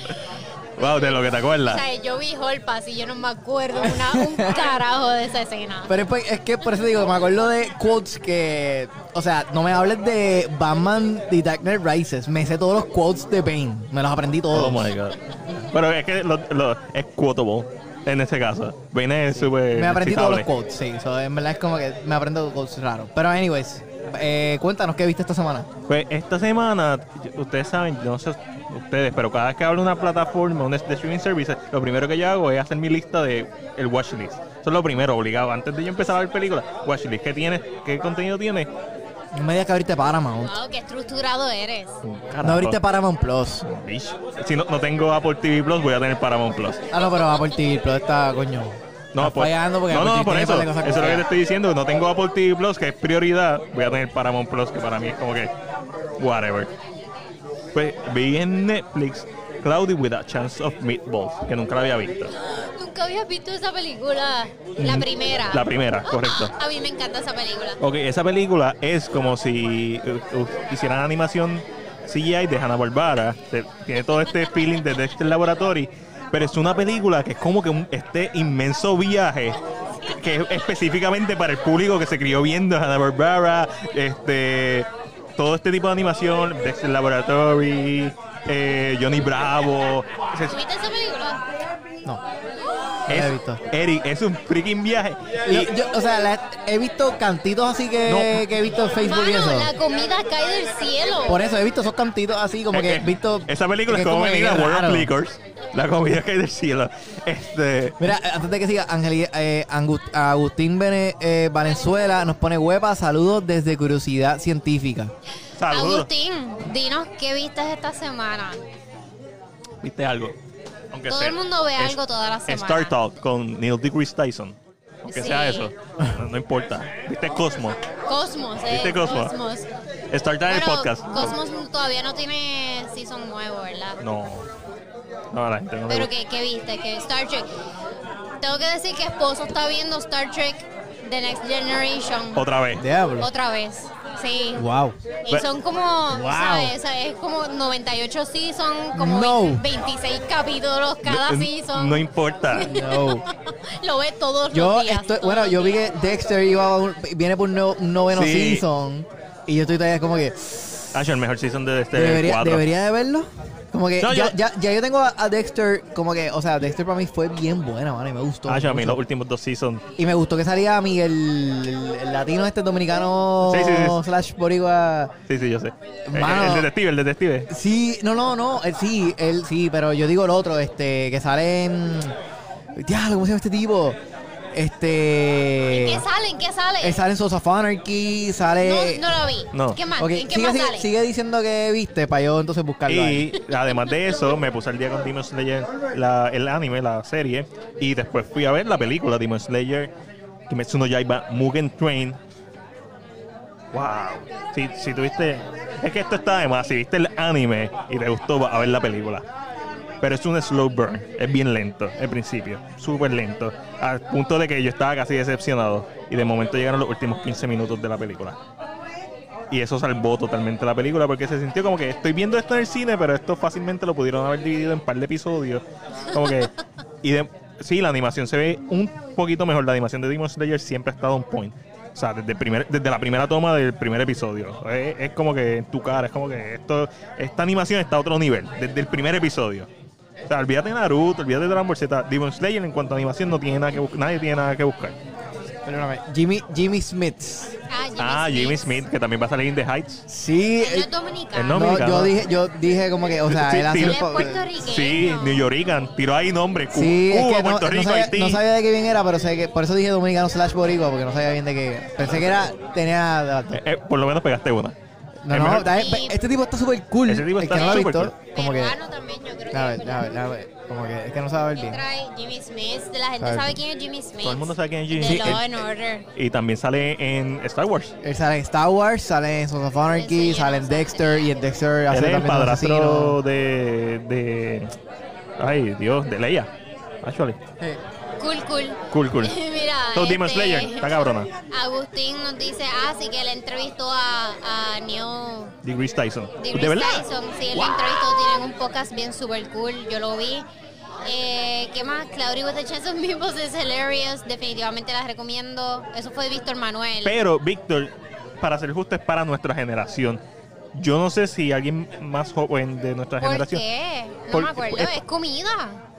Speaker 3: ¡Wow! De lo que te
Speaker 1: O
Speaker 3: acuerdas.
Speaker 1: sea, yo vi Holpas y yo no me acuerdo una, un carajo de esa escena.
Speaker 2: Pero es, por- es que por eso digo, me acuerdo de quotes que. O sea, no me hables de Batman The Dark Knight Rises. Me sé todos los quotes de Bane. Me los aprendí todos.
Speaker 3: Oh my god. Pero es que lo, lo- es quotable en ese caso. Viene súper.
Speaker 2: me aprendí todos los
Speaker 3: citable.
Speaker 2: quotes, sí. So, en verdad es como que me aprendo quotes raros. Pero, anyways, eh, cuéntanos qué viste esta semana.
Speaker 3: Pues esta semana, ustedes saben, no sé, ustedes, pero cada vez que hablo de una plataforma, un de streaming service, lo primero que yo hago es hacer mi lista de el watchlist. Eso es lo primero, obligado. Antes de yo empezar a ver películas, watchlist, ¿qué tiene? ¿Qué contenido tiene?
Speaker 2: No me digas que abriste Paramount.
Speaker 1: Wow, qué estructurado eres.
Speaker 2: No abriste Paramount Plus.
Speaker 3: Bish. Si no, no tengo Apple TV Plus, voy a tener Paramount Plus.
Speaker 2: Ah, no, pero Apple TV Plus está, coño.
Speaker 3: No,
Speaker 2: está
Speaker 3: por,
Speaker 2: fallando porque
Speaker 3: no, no,
Speaker 2: Apple
Speaker 3: por
Speaker 2: TV
Speaker 3: eso.
Speaker 2: tiene
Speaker 3: Eso
Speaker 2: par de
Speaker 3: es lo que te
Speaker 2: cosas
Speaker 3: estoy diciendo. No tengo Apple TV Plus, que es prioridad. Voy a tener Paramount Plus, que para mí es como que. Whatever. Pues vi en Netflix Cloudy with a Chance of Meatballs, que nunca la había visto.
Speaker 1: Nunca habías visto esa película. La primera.
Speaker 3: La primera, correcto.
Speaker 1: Ah, a mí me encanta esa película.
Speaker 3: Ok, esa película es como si uh, uh, hicieran animación CGI de Hanna-Barbera. Se- Tiene todo este feeling de Dexter Laboratory. Pero es una película que es como que un- este inmenso viaje que es específicamente para el público que se crió viendo Hanna-Barbera, este, todo este tipo de animación, Dexter Laboratory, eh, Johnny Bravo. Es-
Speaker 1: ¿Tuviste esa película?
Speaker 2: que- No.
Speaker 3: es-
Speaker 2: la he visto.
Speaker 3: Eric, es un freaking viaje.
Speaker 2: Yo-
Speaker 3: Y-
Speaker 2: yo- o sea, la- he visto cantitos así que,
Speaker 3: No.
Speaker 2: que he visto en Facebook y
Speaker 1: Mano,
Speaker 2: eso.
Speaker 1: Ah, la comida cae del cielo.
Speaker 2: Por eso he visto esos cantitos así como
Speaker 3: Eh,
Speaker 2: que he
Speaker 3: eh,
Speaker 2: visto.
Speaker 3: Esa película
Speaker 2: que
Speaker 3: es como
Speaker 2: que
Speaker 3: venir a
Speaker 2: es
Speaker 3: World
Speaker 2: raro.
Speaker 3: of Liquors, la comida que hay del cielo. Este,
Speaker 2: Mira, eh, antes de que siga, Ángel, eh, Angu- Agustín Bene- eh, Valenzuela nos pone huepa. Saludos desde Curiosidad Científica.
Speaker 3: saludos.
Speaker 1: Agustín, dinos qué viste esta semana.
Speaker 3: ¿Viste algo? Aunque
Speaker 1: Todo el mundo ve algo toda la semana.
Speaker 3: Star Talk con Neil deGrasse Tyson. Aunque sea
Speaker 1: Sí.
Speaker 3: eso, no, no importa. ¿Viste Cosmo?
Speaker 1: Cosmos, eh.
Speaker 3: ¿Viste Cosmos?
Speaker 1: Cosmos.
Speaker 3: Star Talk el
Speaker 1: Bueno,
Speaker 3: podcast.
Speaker 1: Cosmos todavía no tiene season nuevo, ¿verdad?
Speaker 3: No. No, a la gente no le
Speaker 1: Pero
Speaker 3: gusta.
Speaker 1: que, que viste, que Star Trek. Tengo que decir que esposo está viendo Star Trek The Next Generation
Speaker 3: Otra vez.
Speaker 2: Diablo.
Speaker 1: otra vez. Sí.
Speaker 2: Wow.
Speaker 1: Y son como,
Speaker 2: Wow.
Speaker 1: ¿sabes? ¿sabes? Es como 98 season, como
Speaker 2: No.
Speaker 1: 20 26 capítulos cada
Speaker 3: No-
Speaker 1: season.
Speaker 3: No importa.
Speaker 2: No.
Speaker 1: Lo ve todos
Speaker 2: Yo
Speaker 1: los días.
Speaker 2: estoy,
Speaker 1: todos
Speaker 2: bueno,
Speaker 1: los
Speaker 2: yo vi
Speaker 1: días.
Speaker 2: que Dexter iba a un- viene por un, nuevo- un noveno
Speaker 3: Sí.
Speaker 2: season y yo estoy todavía como que
Speaker 3: Ah, el mejor season de este
Speaker 2: debería,
Speaker 3: 4.
Speaker 2: debería de verlo. Como que
Speaker 3: No,
Speaker 2: ya,
Speaker 3: yo-
Speaker 2: ya, ya yo tengo a, a Dexter como que, o sea, Dexter para mí fue bien buena, mano, y me gustó.
Speaker 3: Ah, a mí
Speaker 2: mucho.
Speaker 3: los últimos dos seasons.
Speaker 2: Y me gustó que salía Miguel, el latino este dominicano
Speaker 3: Sí, sí, sí.
Speaker 2: slash boricua.
Speaker 3: Sí, sí, yo sé. El-
Speaker 2: Mano.
Speaker 3: el detective, el detective.
Speaker 2: Sí, no, no, no, él sí, él sí, pero yo digo el otro, este, que sale en... Diablo, ¿cómo se llama este tipo? Este...
Speaker 1: ¿Qué sale? ¿En qué sale?
Speaker 2: Él sale en Sons of Anarchy, sale...
Speaker 1: no, no lo vi.
Speaker 3: no.
Speaker 1: ¿Qué más?
Speaker 2: Ok,
Speaker 1: ¿En qué
Speaker 2: sigue,
Speaker 1: más
Speaker 2: sigue-
Speaker 1: sale?
Speaker 2: sigue diciendo que viste para yo entonces buscarlo ahí.
Speaker 3: Y además de eso, me puse al día con Demon Slayer, la- el anime, la serie, y después fui a ver la película Demon Slayer, Kimetsu no Yaiba, Mugen Train. ¡Wow! Si, si tuviste... Es que esto está de más. Si viste el anime y te gustó, vas a ver la película. Pero es un slow burn. Es bien lento, al principio. Súper lento. Al punto de que yo estaba casi decepcionado. Y de momento llegaron los últimos 15 minutos de la película. Y eso salvó totalmente la película porque se sintió como que estoy viendo esto en el cine, pero esto fácilmente lo pudieron haber dividido en par de episodios. Como que. Y de, sí, la animación se ve un poquito mejor. La animación de Demon Slayer siempre ha estado on point. O sea, desde, el primer, desde la primera toma del primer episodio. Es, es como que en tu cara, es como que esto, esta animación está a otro nivel, desde el primer episodio. O sea, olvídate de Naruto, olvídate de Dragon Ball Z. Demon Slayer en cuanto a animación no tiene nada que buscar, nadie tiene nada que buscar.
Speaker 2: Perdóname, Jimmy, Jimmy Smith.
Speaker 1: Ah, Jimmy
Speaker 3: ah, Jimmy Smith, que también va a salir en The Heights.
Speaker 2: Sí,
Speaker 1: Él no es
Speaker 2: eh,
Speaker 1: dominicano.
Speaker 3: él
Speaker 2: no,
Speaker 3: no- dominicano.
Speaker 2: yo dije, yo dije como que, o sea,
Speaker 3: Sí,
Speaker 2: él hace
Speaker 3: sí,
Speaker 1: Él
Speaker 2: un
Speaker 1: es
Speaker 2: po-
Speaker 1: puertorriqueño.
Speaker 3: Sí, New Yorican. Tiró ahí nombre. Cu-
Speaker 2: Sí, es
Speaker 3: Cuba,
Speaker 2: que no,
Speaker 3: Puerto
Speaker 2: no
Speaker 3: Rico,
Speaker 2: sabía,
Speaker 3: Haití.
Speaker 2: no sabía de qué bien era, pero sé que por eso dije dominicano slash boricua porque no sabía bien de qué. Pensé que era tenía
Speaker 3: Eh, eh, por lo menos pegaste una.
Speaker 2: No,
Speaker 3: Es
Speaker 2: no,
Speaker 3: mejor-
Speaker 2: da-
Speaker 1: Sí.
Speaker 2: este tipo está súper cool.
Speaker 3: Ese tipo
Speaker 2: el
Speaker 3: está
Speaker 2: que no lo ha
Speaker 3: súper
Speaker 2: visto,
Speaker 3: cool.
Speaker 2: como que
Speaker 1: Peruano también, yo creo que
Speaker 2: a ver,
Speaker 1: es
Speaker 2: a ver, a ver, como que es que no sabe ver
Speaker 1: Él
Speaker 2: bien.
Speaker 1: trae Jimmy Smith. La gente
Speaker 2: Sabe.
Speaker 1: sabe quién es Jimmy Smith.
Speaker 3: Todo el mundo sabe quién es Jimmy
Speaker 1: De
Speaker 3: Smith.
Speaker 1: Law
Speaker 3: Sí,
Speaker 1: and Order.
Speaker 3: Y también sale en Star Wars.
Speaker 2: Él sale en Star Wars, sale en Sons of Anarchy,
Speaker 1: Enseña,
Speaker 2: sale en
Speaker 1: enseña.
Speaker 2: Dexter y en Dexter hace
Speaker 3: Él es el
Speaker 2: también un asesino.
Speaker 3: padrastro de, de. Ay, Dios, de Leia. Actually.
Speaker 2: Eh,
Speaker 1: Cool, cool.
Speaker 3: Cool, cool.
Speaker 1: Mira.
Speaker 3: So, Demon
Speaker 1: este,
Speaker 3: Slayer. Está cabrona.
Speaker 1: Agustín nos dice, ah, sí que él entrevistó a, a Neo
Speaker 3: Degrees Tyson.
Speaker 1: de
Speaker 3: ¿De verdad?
Speaker 1: Tyson. Sí, él lo entrevistó, tienen un podcast bien super cool, yo lo vi. Eh, ¿Qué más? Claudio with the Chance of Meatballs is hilarious, definitivamente las recomiendo. Eso fue de Víctor Manuel.
Speaker 3: Pero, Víctor, para ser justo, es para nuestra generación. Yo no sé si alguien más joven de nuestra
Speaker 1: ¿Por
Speaker 3: generación.
Speaker 1: qué? No
Speaker 3: Por-
Speaker 1: me acuerdo,
Speaker 3: es-
Speaker 1: es comida.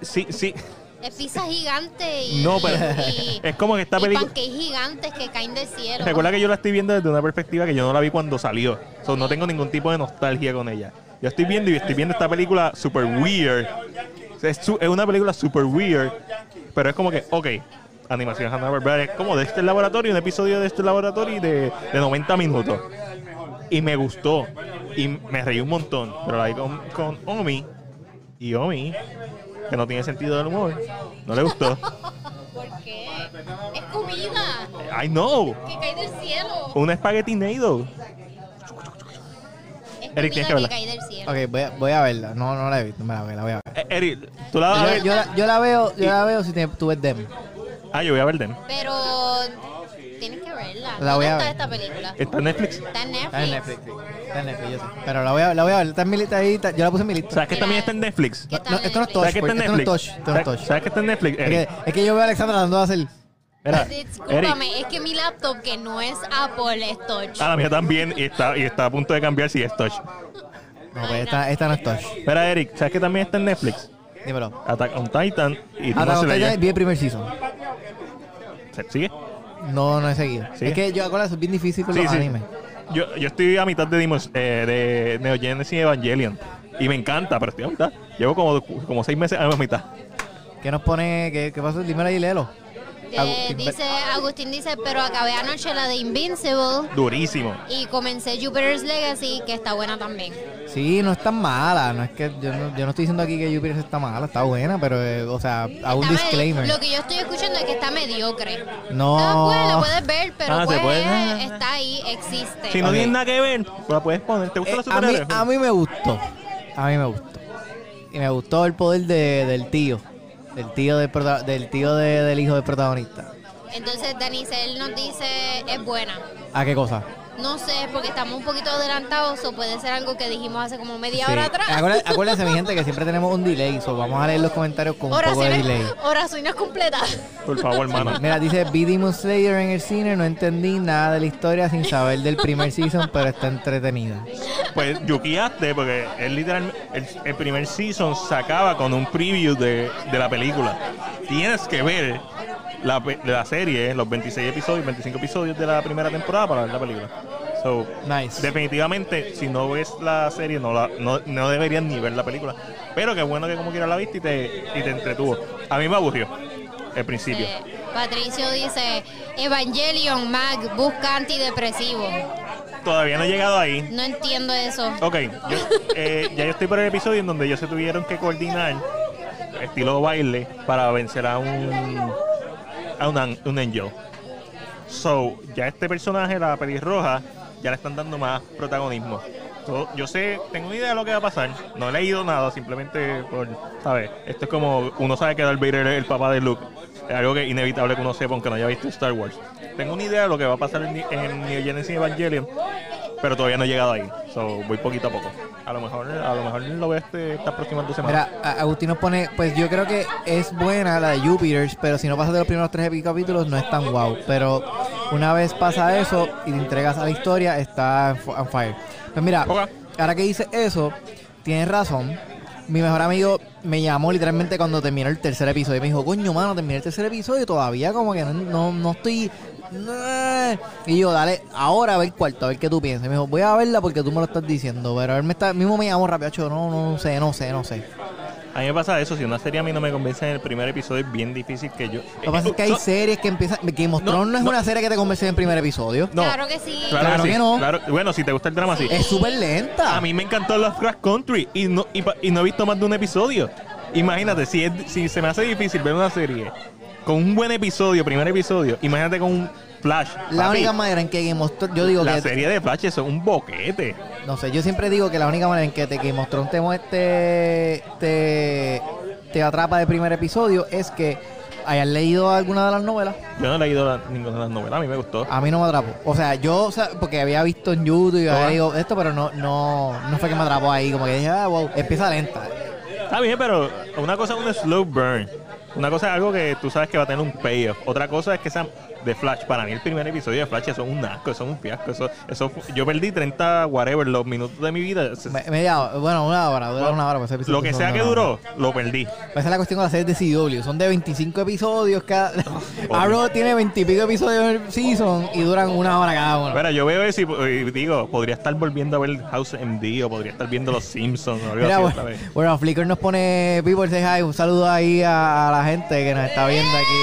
Speaker 3: Sí, sí.
Speaker 1: Es pizza gigante y,
Speaker 3: No, pero-
Speaker 1: y,
Speaker 3: Es como que esta
Speaker 1: y
Speaker 3: película.
Speaker 1: pancakes gigantes que caen del cielo.
Speaker 3: Recuerda que yo la estoy viendo desde una perspectiva que yo no la vi cuando salió. So, no tengo ningún tipo de nostalgia con ella. Yo estoy viendo y estoy viendo esta película super weird. O sea, Es, su- es una película super weird, pero es como que, ok, animación Hanna-Barbera es como de este laboratorio, un episodio de este laboratorio de, de 90 minutos. Y me gustó. Y me reí un montón. Pero ahí con, con Omi, y Omi, que no tiene sentido del humor, no le gustó.
Speaker 1: ¿Por qué? Es comida
Speaker 3: I know.
Speaker 1: que cae del cielo.
Speaker 3: Un espagueti nado.
Speaker 1: Es
Speaker 3: Eric, tienes
Speaker 1: comida que,
Speaker 3: que verla.
Speaker 1: cae del cielo.
Speaker 2: Ok, voy a, voy a verla. No, no la he visto. Me la, voy- la voy a ver.
Speaker 3: Eh, Eric, tú la vas a
Speaker 2: Yo,
Speaker 3: ver.
Speaker 2: yo la, yo la veo, yo la veo si te- tú ves Dem.
Speaker 3: Ah, yo voy a ver Dem.
Speaker 1: Pero tienes que verla.
Speaker 2: La voy
Speaker 1: ¿Dónde
Speaker 2: a
Speaker 1: está
Speaker 2: ver.
Speaker 1: esta película?
Speaker 3: Está en Netflix.
Speaker 1: Está en
Speaker 2: Está
Speaker 1: Netflix.
Speaker 2: en Netflix, sí. Está en Netflix, yo sé. Pero la voy a, la voy a ver. Está en mi lista ahí. está- yo la puse en mi lista.
Speaker 3: ¿Sabes que también está en Netflix?
Speaker 1: ¿Qué
Speaker 2: No,
Speaker 1: tal
Speaker 2: no,
Speaker 1: en
Speaker 2: esto no es
Speaker 1: Netflix?
Speaker 2: Touch.
Speaker 3: ¿Sabes que está en
Speaker 2: esto no es
Speaker 3: Netflix?
Speaker 2: Touch. Esto no es
Speaker 3: ¿Sabes-
Speaker 2: Touch.
Speaker 3: ¿Sabes que está en Netflix?
Speaker 2: Es
Speaker 3: Eric,
Speaker 2: que, es que yo veo a Alexandra tratando de hacer.
Speaker 3: mira, Eric,
Speaker 1: Discúlpame, es que mi laptop que no es Apple es Touch.
Speaker 3: a la mía también y está, y está a punto de cambiar si es Touch.
Speaker 2: No, pues esta, esta no es Touch.
Speaker 3: Mira, Eric, ¿sabes que también está en Netflix?
Speaker 2: Dímelo.
Speaker 3: Attack on Titan y Demon
Speaker 2: Hasta usted
Speaker 3: Slayer.
Speaker 2: ya vi el primer season.
Speaker 3: ¿Se- ¿Sigue?
Speaker 2: No, no he seguido.
Speaker 3: ¿Sí?
Speaker 2: Es que yo hago las bien difícil con los animes.
Speaker 3: Yo, yo estoy a mitad de, Demon- eh, de Neo Genesis Evangelion y me encanta, pero estoy a mitad. Llevo como, como seis meses a la mitad.
Speaker 2: ¿Qué nos pone? ¿Qué, qué pasa? Dímelo ahí, léelo.
Speaker 1: Eh,
Speaker 2: Agustín,
Speaker 1: dice, Agustín dice, pero acabé anoche la de Invincible
Speaker 3: Durísimo.
Speaker 1: y comencé Jupiter's Legacy, que está buena también.
Speaker 2: Sí, no es tan mala. No es que yo no, yo no estoy diciendo aquí que Jupiter está mala, está buena, pero, eh, o sea, hago un
Speaker 1: Está medi-
Speaker 2: disclaimer.
Speaker 1: Lo Ah, que yo estoy escuchando es que está mediocre.
Speaker 2: No.
Speaker 1: Está buena, lo puedes ver, pero
Speaker 3: Ah, se
Speaker 1: pues,
Speaker 3: puede.
Speaker 1: está ahí, existe.
Speaker 3: Si no
Speaker 2: Ok.
Speaker 3: tienes nada que ver, pues la puedes poner.
Speaker 2: Eh,
Speaker 3: ¿Te gustan los
Speaker 2: a, mí,
Speaker 3: superhéroes?
Speaker 2: a mí me gustó. A mí me gustó. Y me gustó el poder de- del tío. Del tío, del, prota- del, tío de- del hijo del protagonista.
Speaker 1: Entonces, Danicel nos dice, es buena.
Speaker 2: ¿A qué cosa?
Speaker 1: No sé, porque estamos un poquito adelantados o puede ser algo que dijimos hace como media
Speaker 2: Sí.
Speaker 1: hora atrás.
Speaker 2: Acuérdense, acuérdense, mi gente, que siempre tenemos un delay. so vamos a leer los comentarios con un poco de delay.
Speaker 1: Oraciones, oraciones completas.
Speaker 3: Por favor, hermano.
Speaker 2: Mira, dice, vi Demon Slayer en el cine, no entendí nada de la historia sin saber del primer season, pero está entretenida.
Speaker 3: Pues yuquiaste porque él literalmente el, el primer season sacaba con un preview de, de la película. Tienes que ver la, pe- la serie, los 26 episodios, 25 episodios de la primera temporada para ver la película. So,
Speaker 2: Nice.
Speaker 3: Definitivamente, si no ves la serie, no, la, no, no deberías ni ver la película. Pero qué bueno que como quiera la viste y te, y te entretuvo. A mí me aburrió el principio.
Speaker 1: Eh, Patricio dice, Evangelion Mag busca antidepresivo.
Speaker 3: Todavía no he llegado ahí.
Speaker 1: No entiendo eso.
Speaker 3: Ok, yo, eh, ya yo estoy por el episodio en donde ellos se tuvieron que coordinar estilo baile para vencer a un a un, an- un angel. So, ya este personaje, la pelirroja, ya le están dando más protagonismo. So, yo sé, tengo una idea de lo que va a pasar. No he leído nada, simplemente por, ¿sabes? Esto es como, uno sabe que Darth Vader es el papá de Luke. Es algo que es inevitable que uno sepa, aunque no haya visto Star Wars. Tengo una idea de lo que va a pasar en, Ni- en Neo Genesis Evangelion, pero todavía no he llegado ahí. So, voy poquito a poco. A lo mejor, a lo mejor lo veo este, estas próximas dos semanas.
Speaker 2: Mira, a- Agustín nos pone, pues yo creo que es buena la de Jupiter, pero si no pasas de los primeros tres epi- capítulos no es tan guau. Pero una vez pasa eso y te entregas a la historia, está en fu- on fire. Pues mira,
Speaker 3: Ok.
Speaker 2: ahora que dice eso, tienes razón. Mi mejor amigo me llamó literalmente cuando terminó el tercer episodio. y Me dijo, coño, mano, terminé el tercer episodio y todavía como que no, no, no estoy... Y yo, dale, ahora a ver el cuarto, a ver qué tú piensas. Y me dijo, voy a verla porque tú me lo estás diciendo. Pero él me está, mismo me llamó rápido, "Acho, no, no, no sé, no sé, no sé.
Speaker 3: A mí me pasa eso, si una serie a mí no me convence en el primer episodio, es bien difícil que yo...
Speaker 2: Lo que pasa es que hay
Speaker 3: So-
Speaker 2: series que empiezan. Game of
Speaker 3: No,
Speaker 2: Thrones no es
Speaker 3: no.
Speaker 2: una serie que te convence en el primer episodio.
Speaker 3: No.
Speaker 1: Claro que sí.
Speaker 3: Claro,
Speaker 2: Claro
Speaker 3: que, sí.
Speaker 2: que no.
Speaker 3: Claro- bueno, si te gusta el drama, sí.
Speaker 2: Es súper lenta.
Speaker 3: A mí me encantó Lovecraft Country y no, y, pa- y no he visto más de un episodio. Imagínate, si, es- si se me hace difícil ver una serie con un buen episodio, primer episodio, imagínate con un Flash.
Speaker 2: la
Speaker 3: papi.
Speaker 2: única manera en que Game of Thrones. Yo digo
Speaker 3: La
Speaker 2: que.
Speaker 3: serie de Flash eso es un boquete.
Speaker 2: No sé, yo siempre digo que la única manera en que te Game of Thrones te, mu- te, te, te atrapa de primer episodio es que hayas leído alguna de las novelas.
Speaker 3: Yo no he leído la- ninguna de las novelas, a mí me gustó.
Speaker 2: A mí no me atrapó. O sea, yo, o sea, porque había visto en YouTube y había
Speaker 3: Ajá.
Speaker 2: leído esto, pero no, no, no fue que me atrapó ahí. Como que dije, ah, wow, empieza lenta.
Speaker 3: Está bien, pero una cosa es un slow burn Una cosa es algo que tú sabes que va a tener un payoff. Otra cosa es que sean de Flash. Para mí el primer episodio de Flash eso es un asco, eso es un fiasco. Eso, eso fu- yo perdí 30 whatever los minutos de mi vida. Se-
Speaker 2: Me- Media hora, bueno, una hora, dura una hora. pues, ese episodio
Speaker 3: lo que
Speaker 2: son
Speaker 3: sea
Speaker 2: una
Speaker 3: que
Speaker 2: hora.
Speaker 3: duró, lo perdí.
Speaker 2: Pues esa es la cuestión con las series de CW. Son de 25 episodios cada. Arrow tiene 20 y pico episodios en el season y duran una hora cada uno.
Speaker 3: Mira, yo veo eso y, y digo, podría estar volviendo a ver House MD o podría estar viendo Los Simpsons o algo
Speaker 2: Mira,
Speaker 3: así
Speaker 2: bueno,
Speaker 3: otra vez.
Speaker 2: bueno, Flickr nos pone People Say Hi. Un saludo ahí a, a la gente que nos está viendo aquí,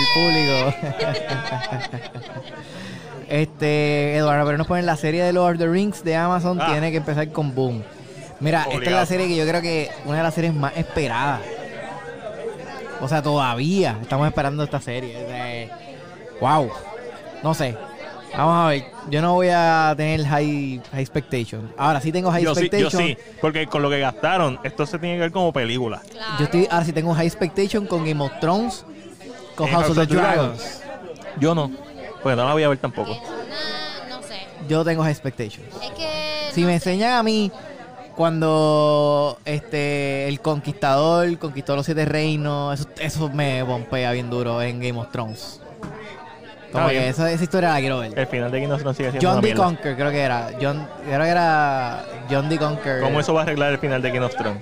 Speaker 2: el público. este, Eduardo, pero nos ponen la serie de Lord of the Rings de Amazon.
Speaker 3: Ah.
Speaker 2: Tiene que empezar con Boom. Mira, esta es la
Speaker 3: Obligado.
Speaker 2: serie que yo creo que una de las series más esperadas. O sea, todavía estamos esperando esta serie. O sea, eh, wow. No sé. Vamos a ver. Yo no voy a tener high, high expectations. Ahora sí tengo high
Speaker 3: Yo sí, yo
Speaker 2: expectations.
Speaker 3: sí, porque con lo que gastaron, esto se tiene que ver como película.
Speaker 1: Claro.
Speaker 2: Yo estoy, ahora sí tengo high expectation con Game of Thrones, con
Speaker 3: Eh,
Speaker 2: House of the Dragons.
Speaker 3: Yo no, porque no la voy a ver tampoco.
Speaker 1: Nah, no sé.
Speaker 2: Yo tengo high expectations.
Speaker 1: Es que.
Speaker 2: Si
Speaker 1: no
Speaker 2: me
Speaker 1: sé.
Speaker 2: enseñan a mí cuando este el conquistador conquistó los siete reinos, eso, eso me bompea bien duro en Game of Thrones. Como
Speaker 3: Está
Speaker 2: que
Speaker 3: bien.
Speaker 2: esa, esa historia la quiero ver.
Speaker 3: El final de Kingdom Hearts sigue siendo
Speaker 2: John
Speaker 3: una
Speaker 2: D.
Speaker 3: mierda.
Speaker 2: Conker creo que era. John, creo que era John D. Conker.
Speaker 3: ¿Cómo eso va a arreglar el final de Game of Thrones?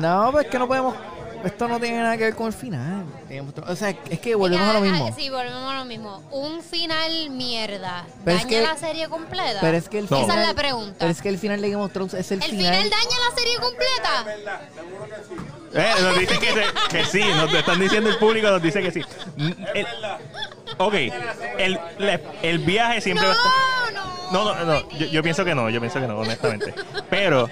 Speaker 2: No, pues es que no podemos. Esto no tiene nada que ver con el final. Game of Thrones. O sea, es que volvemos a lo
Speaker 1: Ah, ah,
Speaker 2: mismo.
Speaker 1: Sí, volvemos a lo mismo. Un final mierda.
Speaker 2: Pero es
Speaker 1: daña
Speaker 2: que-
Speaker 1: la serie completa.
Speaker 2: Pero es que el
Speaker 3: No.
Speaker 2: final,
Speaker 1: Esa es la pregunta.
Speaker 2: Pero es que el final de Game of Thrones es el,
Speaker 1: el final... daña la serie completa.
Speaker 3: Eh, nos dicen que, se- que sí, nos están diciendo el público, nos dice que sí. Mm, el- ok, el, la- el viaje siempre va a estar...
Speaker 1: No, no.
Speaker 3: No, no, no. Yo, yo pienso que no, yo pienso que no, honestamente. Pero,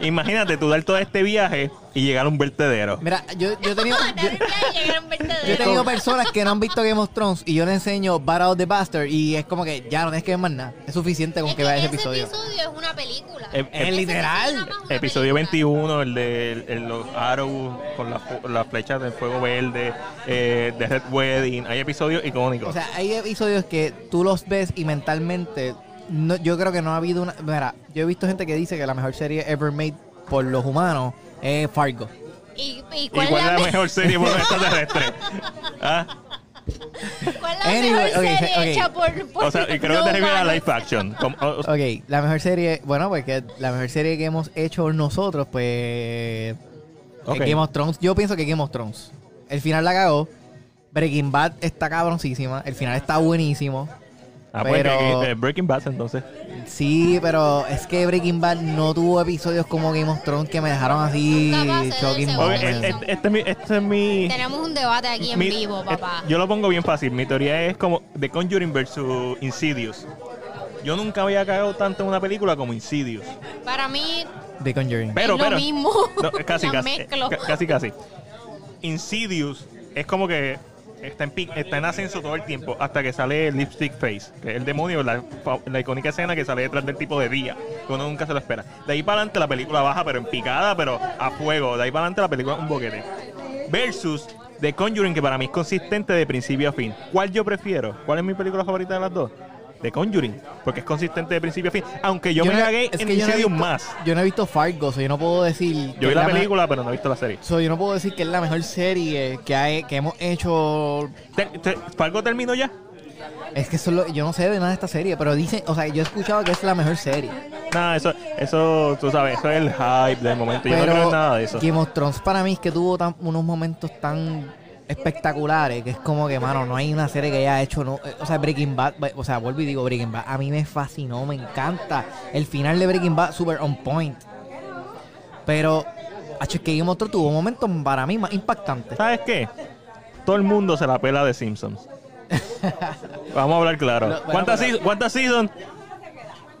Speaker 3: imagínate tú dar todo este viaje y llegar a un vertedero.
Speaker 2: Mira, yo, yo he tenido. yo,
Speaker 1: Tener que llegar a un vertedero.
Speaker 2: yo he tenido personas que no han visto Game of Thrones y yo les enseño Battle of the Bastard y es como que ya no tienes que ver más nada. Es suficiente con
Speaker 1: Es
Speaker 2: que
Speaker 1: que
Speaker 2: veas ese
Speaker 1: ese
Speaker 2: episodio.
Speaker 1: es una película.
Speaker 3: Eh,
Speaker 2: Es
Speaker 3: eh,
Speaker 2: literal.
Speaker 3: Episodio 21, el de el- el- los arrows con las fu- las flechas del fuego verde, eh, de Red Wedding. Hay episodios icónicos.
Speaker 2: O sea, hay episodios que tú los ves y mentalmente. No, yo creo que no ha habido una. Mira, yo he visto gente que dice que la mejor serie ever made por los humanos es Fargo.
Speaker 1: ¿Y, y cuál,
Speaker 3: ¿Y cuál es la
Speaker 1: me-
Speaker 3: mejor serie por los extraterrestres? ¿Ah?
Speaker 1: cuál es la
Speaker 2: Anyway,
Speaker 1: mejor
Speaker 2: ok,
Speaker 1: serie
Speaker 2: ok.
Speaker 1: hecha por, por
Speaker 3: O sea, y creo que
Speaker 1: no
Speaker 3: te refieres a
Speaker 1: humanos?
Speaker 3: Life Action. Como- o- o-
Speaker 2: Ok, la mejor serie, bueno, porque la mejor serie que hemos hecho nosotros, pues.
Speaker 3: Ok.
Speaker 2: es Game of Thrones. Yo pienso que Game of Thrones. El final la cagó. Breaking Bad está cabroncísima. El final está buenísimo.
Speaker 3: ah, pues,
Speaker 2: pero.
Speaker 3: que- eh, Breaking Bad, entonces.
Speaker 2: Sí, pero es que Breaking Bad no tuvo episodios como Game of Thrones que me dejaron así.
Speaker 1: Nunca va a ser
Speaker 2: Shocking
Speaker 1: ese
Speaker 3: Ok,
Speaker 1: Bueno,
Speaker 2: moment.
Speaker 3: eh, eh, este, es mi, este es mi-
Speaker 1: Tenemos un debate aquí en
Speaker 3: mi-
Speaker 1: vivo,
Speaker 3: eh,
Speaker 1: papá.
Speaker 3: yo lo pongo bien fácil. Mi teoría es como The Conjuring versus Insidious. Yo nunca había cagado tanto en una película como Insidious.
Speaker 1: Para mí,
Speaker 2: The Conjuring.
Speaker 3: Pero,
Speaker 1: Es lo
Speaker 3: pero.
Speaker 1: mismo.
Speaker 3: No, eh, casi,
Speaker 1: La
Speaker 3: casi, eh,
Speaker 1: mezclo.
Speaker 3: ca- casi, casi. Insidious es como que está en, pi- está en ascenso todo el tiempo hasta que sale Lipstick Face, que es el demonio, la, fa- la icónica escena que sale detrás del tipo de día, que uno nunca se lo espera. De ahí para adelante la película baja, pero en picada, pero a fuego. De ahí para adelante la película es un boquete. Versus The Conjuring, que para mí es consistente de principio a fin. ¿Cuál yo prefiero? ¿Cuál es mi película favorita de las dos? The Conjuring, porque es consistente de principio a fin. Aunque yo, me
Speaker 2: no-
Speaker 3: cagué
Speaker 2: es
Speaker 3: en
Speaker 2: que yo no he visto-
Speaker 3: Insidious más.
Speaker 2: Yo no he visto Fargo, so yo no puedo decir. que
Speaker 3: Yo vi
Speaker 2: es
Speaker 3: la
Speaker 2: me-
Speaker 3: película, pero no he visto la serie.
Speaker 2: so yo no puedo decir que es la mejor serie que, hay, que hemos hecho
Speaker 3: Te- te- ¿Fargo terminó ya?
Speaker 2: Es que solo, yo no sé de nada de esta serie, pero dicen, o sea, yo he escuchado que es la mejor serie.
Speaker 3: Nada, eso, eso, tú sabes, eso es el hype del momento. Yo
Speaker 2: pero
Speaker 3: no creo en nada de eso.
Speaker 2: Game of Thrones para mí es que tuvo tan- unos momentos tan espectaculares que es como que, mano, no hay una serie que haya hecho, no, eh, o sea, Breaking Bad, eh, o sea, vuelvo y digo Breaking Bad, a mí me fascinó, me encanta. El final de Breaking Bad, super on point. Pero, acho, es que Game of Thrones tuvo momentos para mí más impactantes.
Speaker 3: ¿Sabes qué? Todo el mundo se la pela de Simpsons. Vamos a hablar claro.
Speaker 2: No, bueno,
Speaker 3: ¿Cuántas
Speaker 2: pero-
Speaker 3: seasons? ¿Cuántas seasons?
Speaker 2: Sí,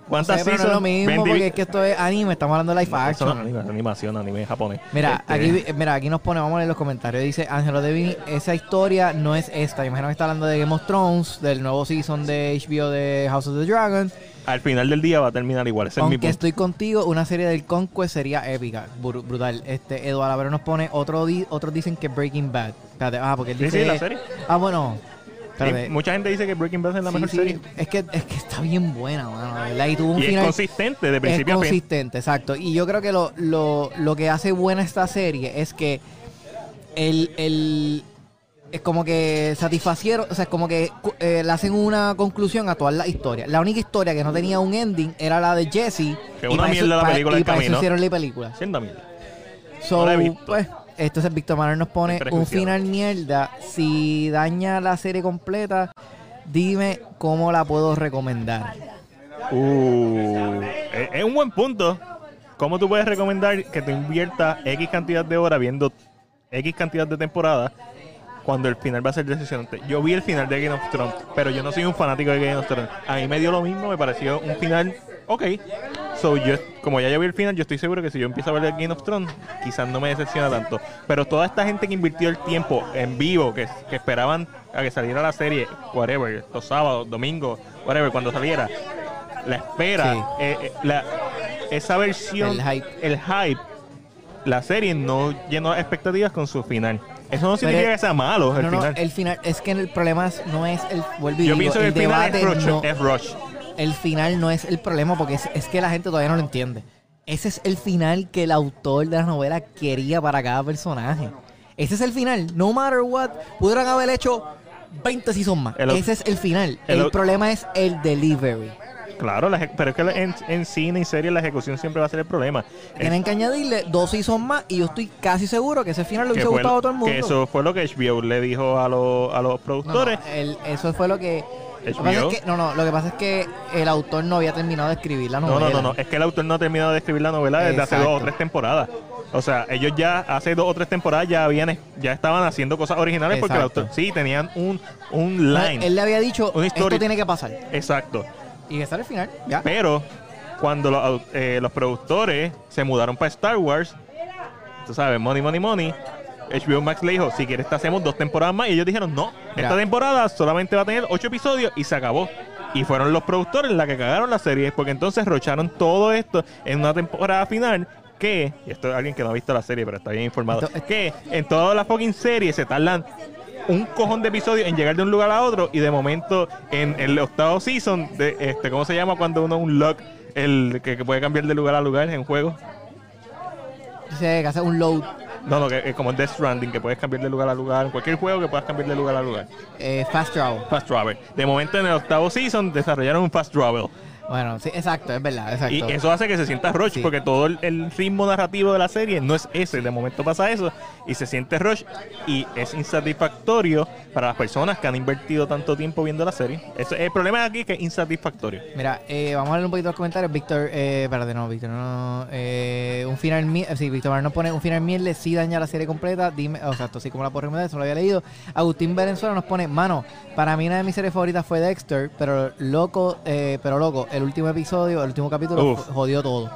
Speaker 3: ¿Cuántas
Speaker 2: pero no es
Speaker 3: seasons?
Speaker 2: lo mismo,
Speaker 3: 20
Speaker 2: porque es que esto es anime, estamos hablando de live
Speaker 3: No, eso no
Speaker 2: action.
Speaker 3: es anime, es animación, anime japonés.
Speaker 2: Mira,
Speaker 3: Este,
Speaker 2: aquí, vi- mira, aquí nos pone, vamos a leer los comentarios. Dice Ángelo Devini, esa historia no es esta. Me imagino que está hablando de Game of Thrones, del nuevo season de HBO de House of the Dragon.
Speaker 3: Al final del día va a terminar igual. Ese es mi
Speaker 2: Aunque
Speaker 3: punto.
Speaker 2: estoy contigo, una serie del Conquest sería épica, bru- brutal. Este, Eduardo Abreu nos pone, otro di- otros dicen que Breaking Bad. Espérate, ah, porque él
Speaker 3: Sí,
Speaker 2: dice...
Speaker 3: sí, la serie.
Speaker 2: Ah, bueno.
Speaker 3: Sí,
Speaker 2: Espérate.
Speaker 3: mucha gente dice que Breaking Bad es la
Speaker 2: Sí,
Speaker 3: mejor
Speaker 2: sí,
Speaker 3: serie.
Speaker 2: Es que, es que está bien buena, mano, de ¿verdad? Y tuvo un
Speaker 3: Y es
Speaker 2: final...
Speaker 3: consistente de principio a
Speaker 2: Es
Speaker 3: fin.
Speaker 2: consistente, exacto. Y yo creo que lo, lo, lo que hace buena esta serie es que el, el- es como que satisfacieron, o sea, es como que cu- eh, le hacen una conclusión a todas las historias. La única historia que no tenía un ending era la de Jesse. y
Speaker 3: Que una
Speaker 2: para
Speaker 3: mierda la
Speaker 2: para-
Speaker 3: película
Speaker 2: y
Speaker 3: del
Speaker 2: para eso
Speaker 3: camino.
Speaker 2: hicieron la película.
Speaker 3: Siendo mil.
Speaker 2: So,
Speaker 3: No la he visto.
Speaker 2: pues, entonces Víctor Manuel nos pone
Speaker 3: Estoy
Speaker 2: un
Speaker 3: prejuiciado.
Speaker 2: final mierda. Si daña la serie completa, dime cómo la puedo recomendar.
Speaker 3: Uh, es, es un buen punto. ¿Cómo tú puedes recomendar que te inviertas X cantidad de horas viendo X cantidad de temporadas cuando el final va a ser decepcionante? Yo vi el final de Game of Thrones, pero yo no soy un fanático de Game of Thrones. A mí me dio lo mismo, me pareció un final ok. So, yo, como ya yo vi el final, yo estoy seguro que si yo empiezo a ver Game of Thrones, quizás no me decepciona tanto. Pero toda esta gente que invirtió el tiempo en vivo, que, que esperaban a que saliera la serie, whatever, los sábados, domingos, whatever, cuando saliera, la espera,
Speaker 2: Sí.
Speaker 3: eh, eh, la- esa versión,
Speaker 2: El hype.
Speaker 3: el hype, la serie no llenó expectativas con su final. Eso no significa que sea malo el
Speaker 2: no,
Speaker 3: final.
Speaker 2: no, el final. Es que el problema es- no es el. Vuelvo y
Speaker 3: Yo
Speaker 2: digo,
Speaker 3: pienso que el, final
Speaker 2: debate
Speaker 3: es rush,
Speaker 2: no-
Speaker 3: es rush.
Speaker 2: el final no es el problema porque es, es que la gente todavía no lo entiende. Ese es el final que el autor de la novela quería para cada personaje. Ese es el final. No matter what, pudieran haber hecho 20 seasons más.
Speaker 3: El au-
Speaker 2: Ese es el final.
Speaker 3: el
Speaker 2: El,
Speaker 3: au-
Speaker 2: problema es el delivery.
Speaker 3: Claro, la eje- pero es que la- en, en cine y serie la ejecución siempre va a ser el problema.
Speaker 2: Tienen que añadirle dos seasons más y yo estoy casi seguro que ese final le
Speaker 3: que
Speaker 2: hubiese
Speaker 3: fue-
Speaker 2: gustado a todo el mundo.
Speaker 3: que eso fue lo que HBO le dijo a, los- a los
Speaker 2: No,
Speaker 3: productores.
Speaker 2: no, el- eso fue lo que... lo que
Speaker 3: HBO.
Speaker 2: pasa es que- no, no, lo que pasa es que el autor no había terminado de escribir la
Speaker 3: No,
Speaker 2: novela.
Speaker 3: no, no, no. Es que el autor no ha terminado de escribir la novela desde hace
Speaker 2: Exacto.
Speaker 3: dos o tres temporadas. O sea, ellos ya hace dos o tres temporadas ya habían, ya estaban haciendo cosas originales porque el
Speaker 2: Exacto.
Speaker 3: autor sí tenían un, un line.
Speaker 2: Él le había dicho,
Speaker 3: Una
Speaker 2: esto
Speaker 3: historia-
Speaker 2: tiene que pasar.
Speaker 3: Exacto.
Speaker 2: Y que sale el final, ya.
Speaker 3: Pero cuando los, au- eh, los productores se mudaron para Star Wars, tú sabes, money, money, money. HBO Max le dijo, si quieres te hacemos dos temporadas más. Y ellos dijeron, no,
Speaker 2: Ya.
Speaker 3: esta temporada solamente va a tener ocho episodios y se acabó. Y fueron los productores la que cagaron la serie, porque entonces rocharon todo esto en una temporada final que, y esto es alguien que no ha visto la serie, pero está bien informado,
Speaker 2: Esto- esto-
Speaker 3: que en todas las fucking series se tardan un cojón de episodios en llegar de un lugar a otro y de momento en el octavo season, de este, ¿cómo se llama cuando uno unlock el que, que puede cambiar de lugar a lugar en juego?
Speaker 2: Dice que hace un load.
Speaker 3: No, no, que, que como en Death Stranding, que puedes cambiar de lugar a lugar, en cualquier juego que puedas cambiar de lugar a lugar.
Speaker 2: eh, fast travel.
Speaker 3: Fast Travel. De momento en el octavo season desarrollaron un Fast Travel.
Speaker 2: Bueno, sí, exacto, es verdad,
Speaker 3: Y
Speaker 2: exacto.
Speaker 3: eso hace que se sienta rush,
Speaker 2: Sí.
Speaker 3: porque todo el, el ritmo narrativo de la serie no es ese. De momento pasa eso y se siente rush y es insatisfactorio para las personas que han invertido tanto tiempo viendo la serie. Eso- el problema aquí es que es insatisfactorio.
Speaker 2: Mira, eh, vamos a leer un poquito los comentarios. Víctor, eh, espérate, no, Víctor, no. no, eh, un final miel, sí, Víctor Manuel nos pone un final miel, sí daña la serie completa. Dime, o sea, esto sí como la puedo recomendar, eso lo había leído. Agustín Valenzuela nos pone, mano, para mí una de mis series favoritas fue Dexter, pero loco, eh, pero loco, el último episodio, el último capítulo
Speaker 3: Uf.
Speaker 2: jodió todo.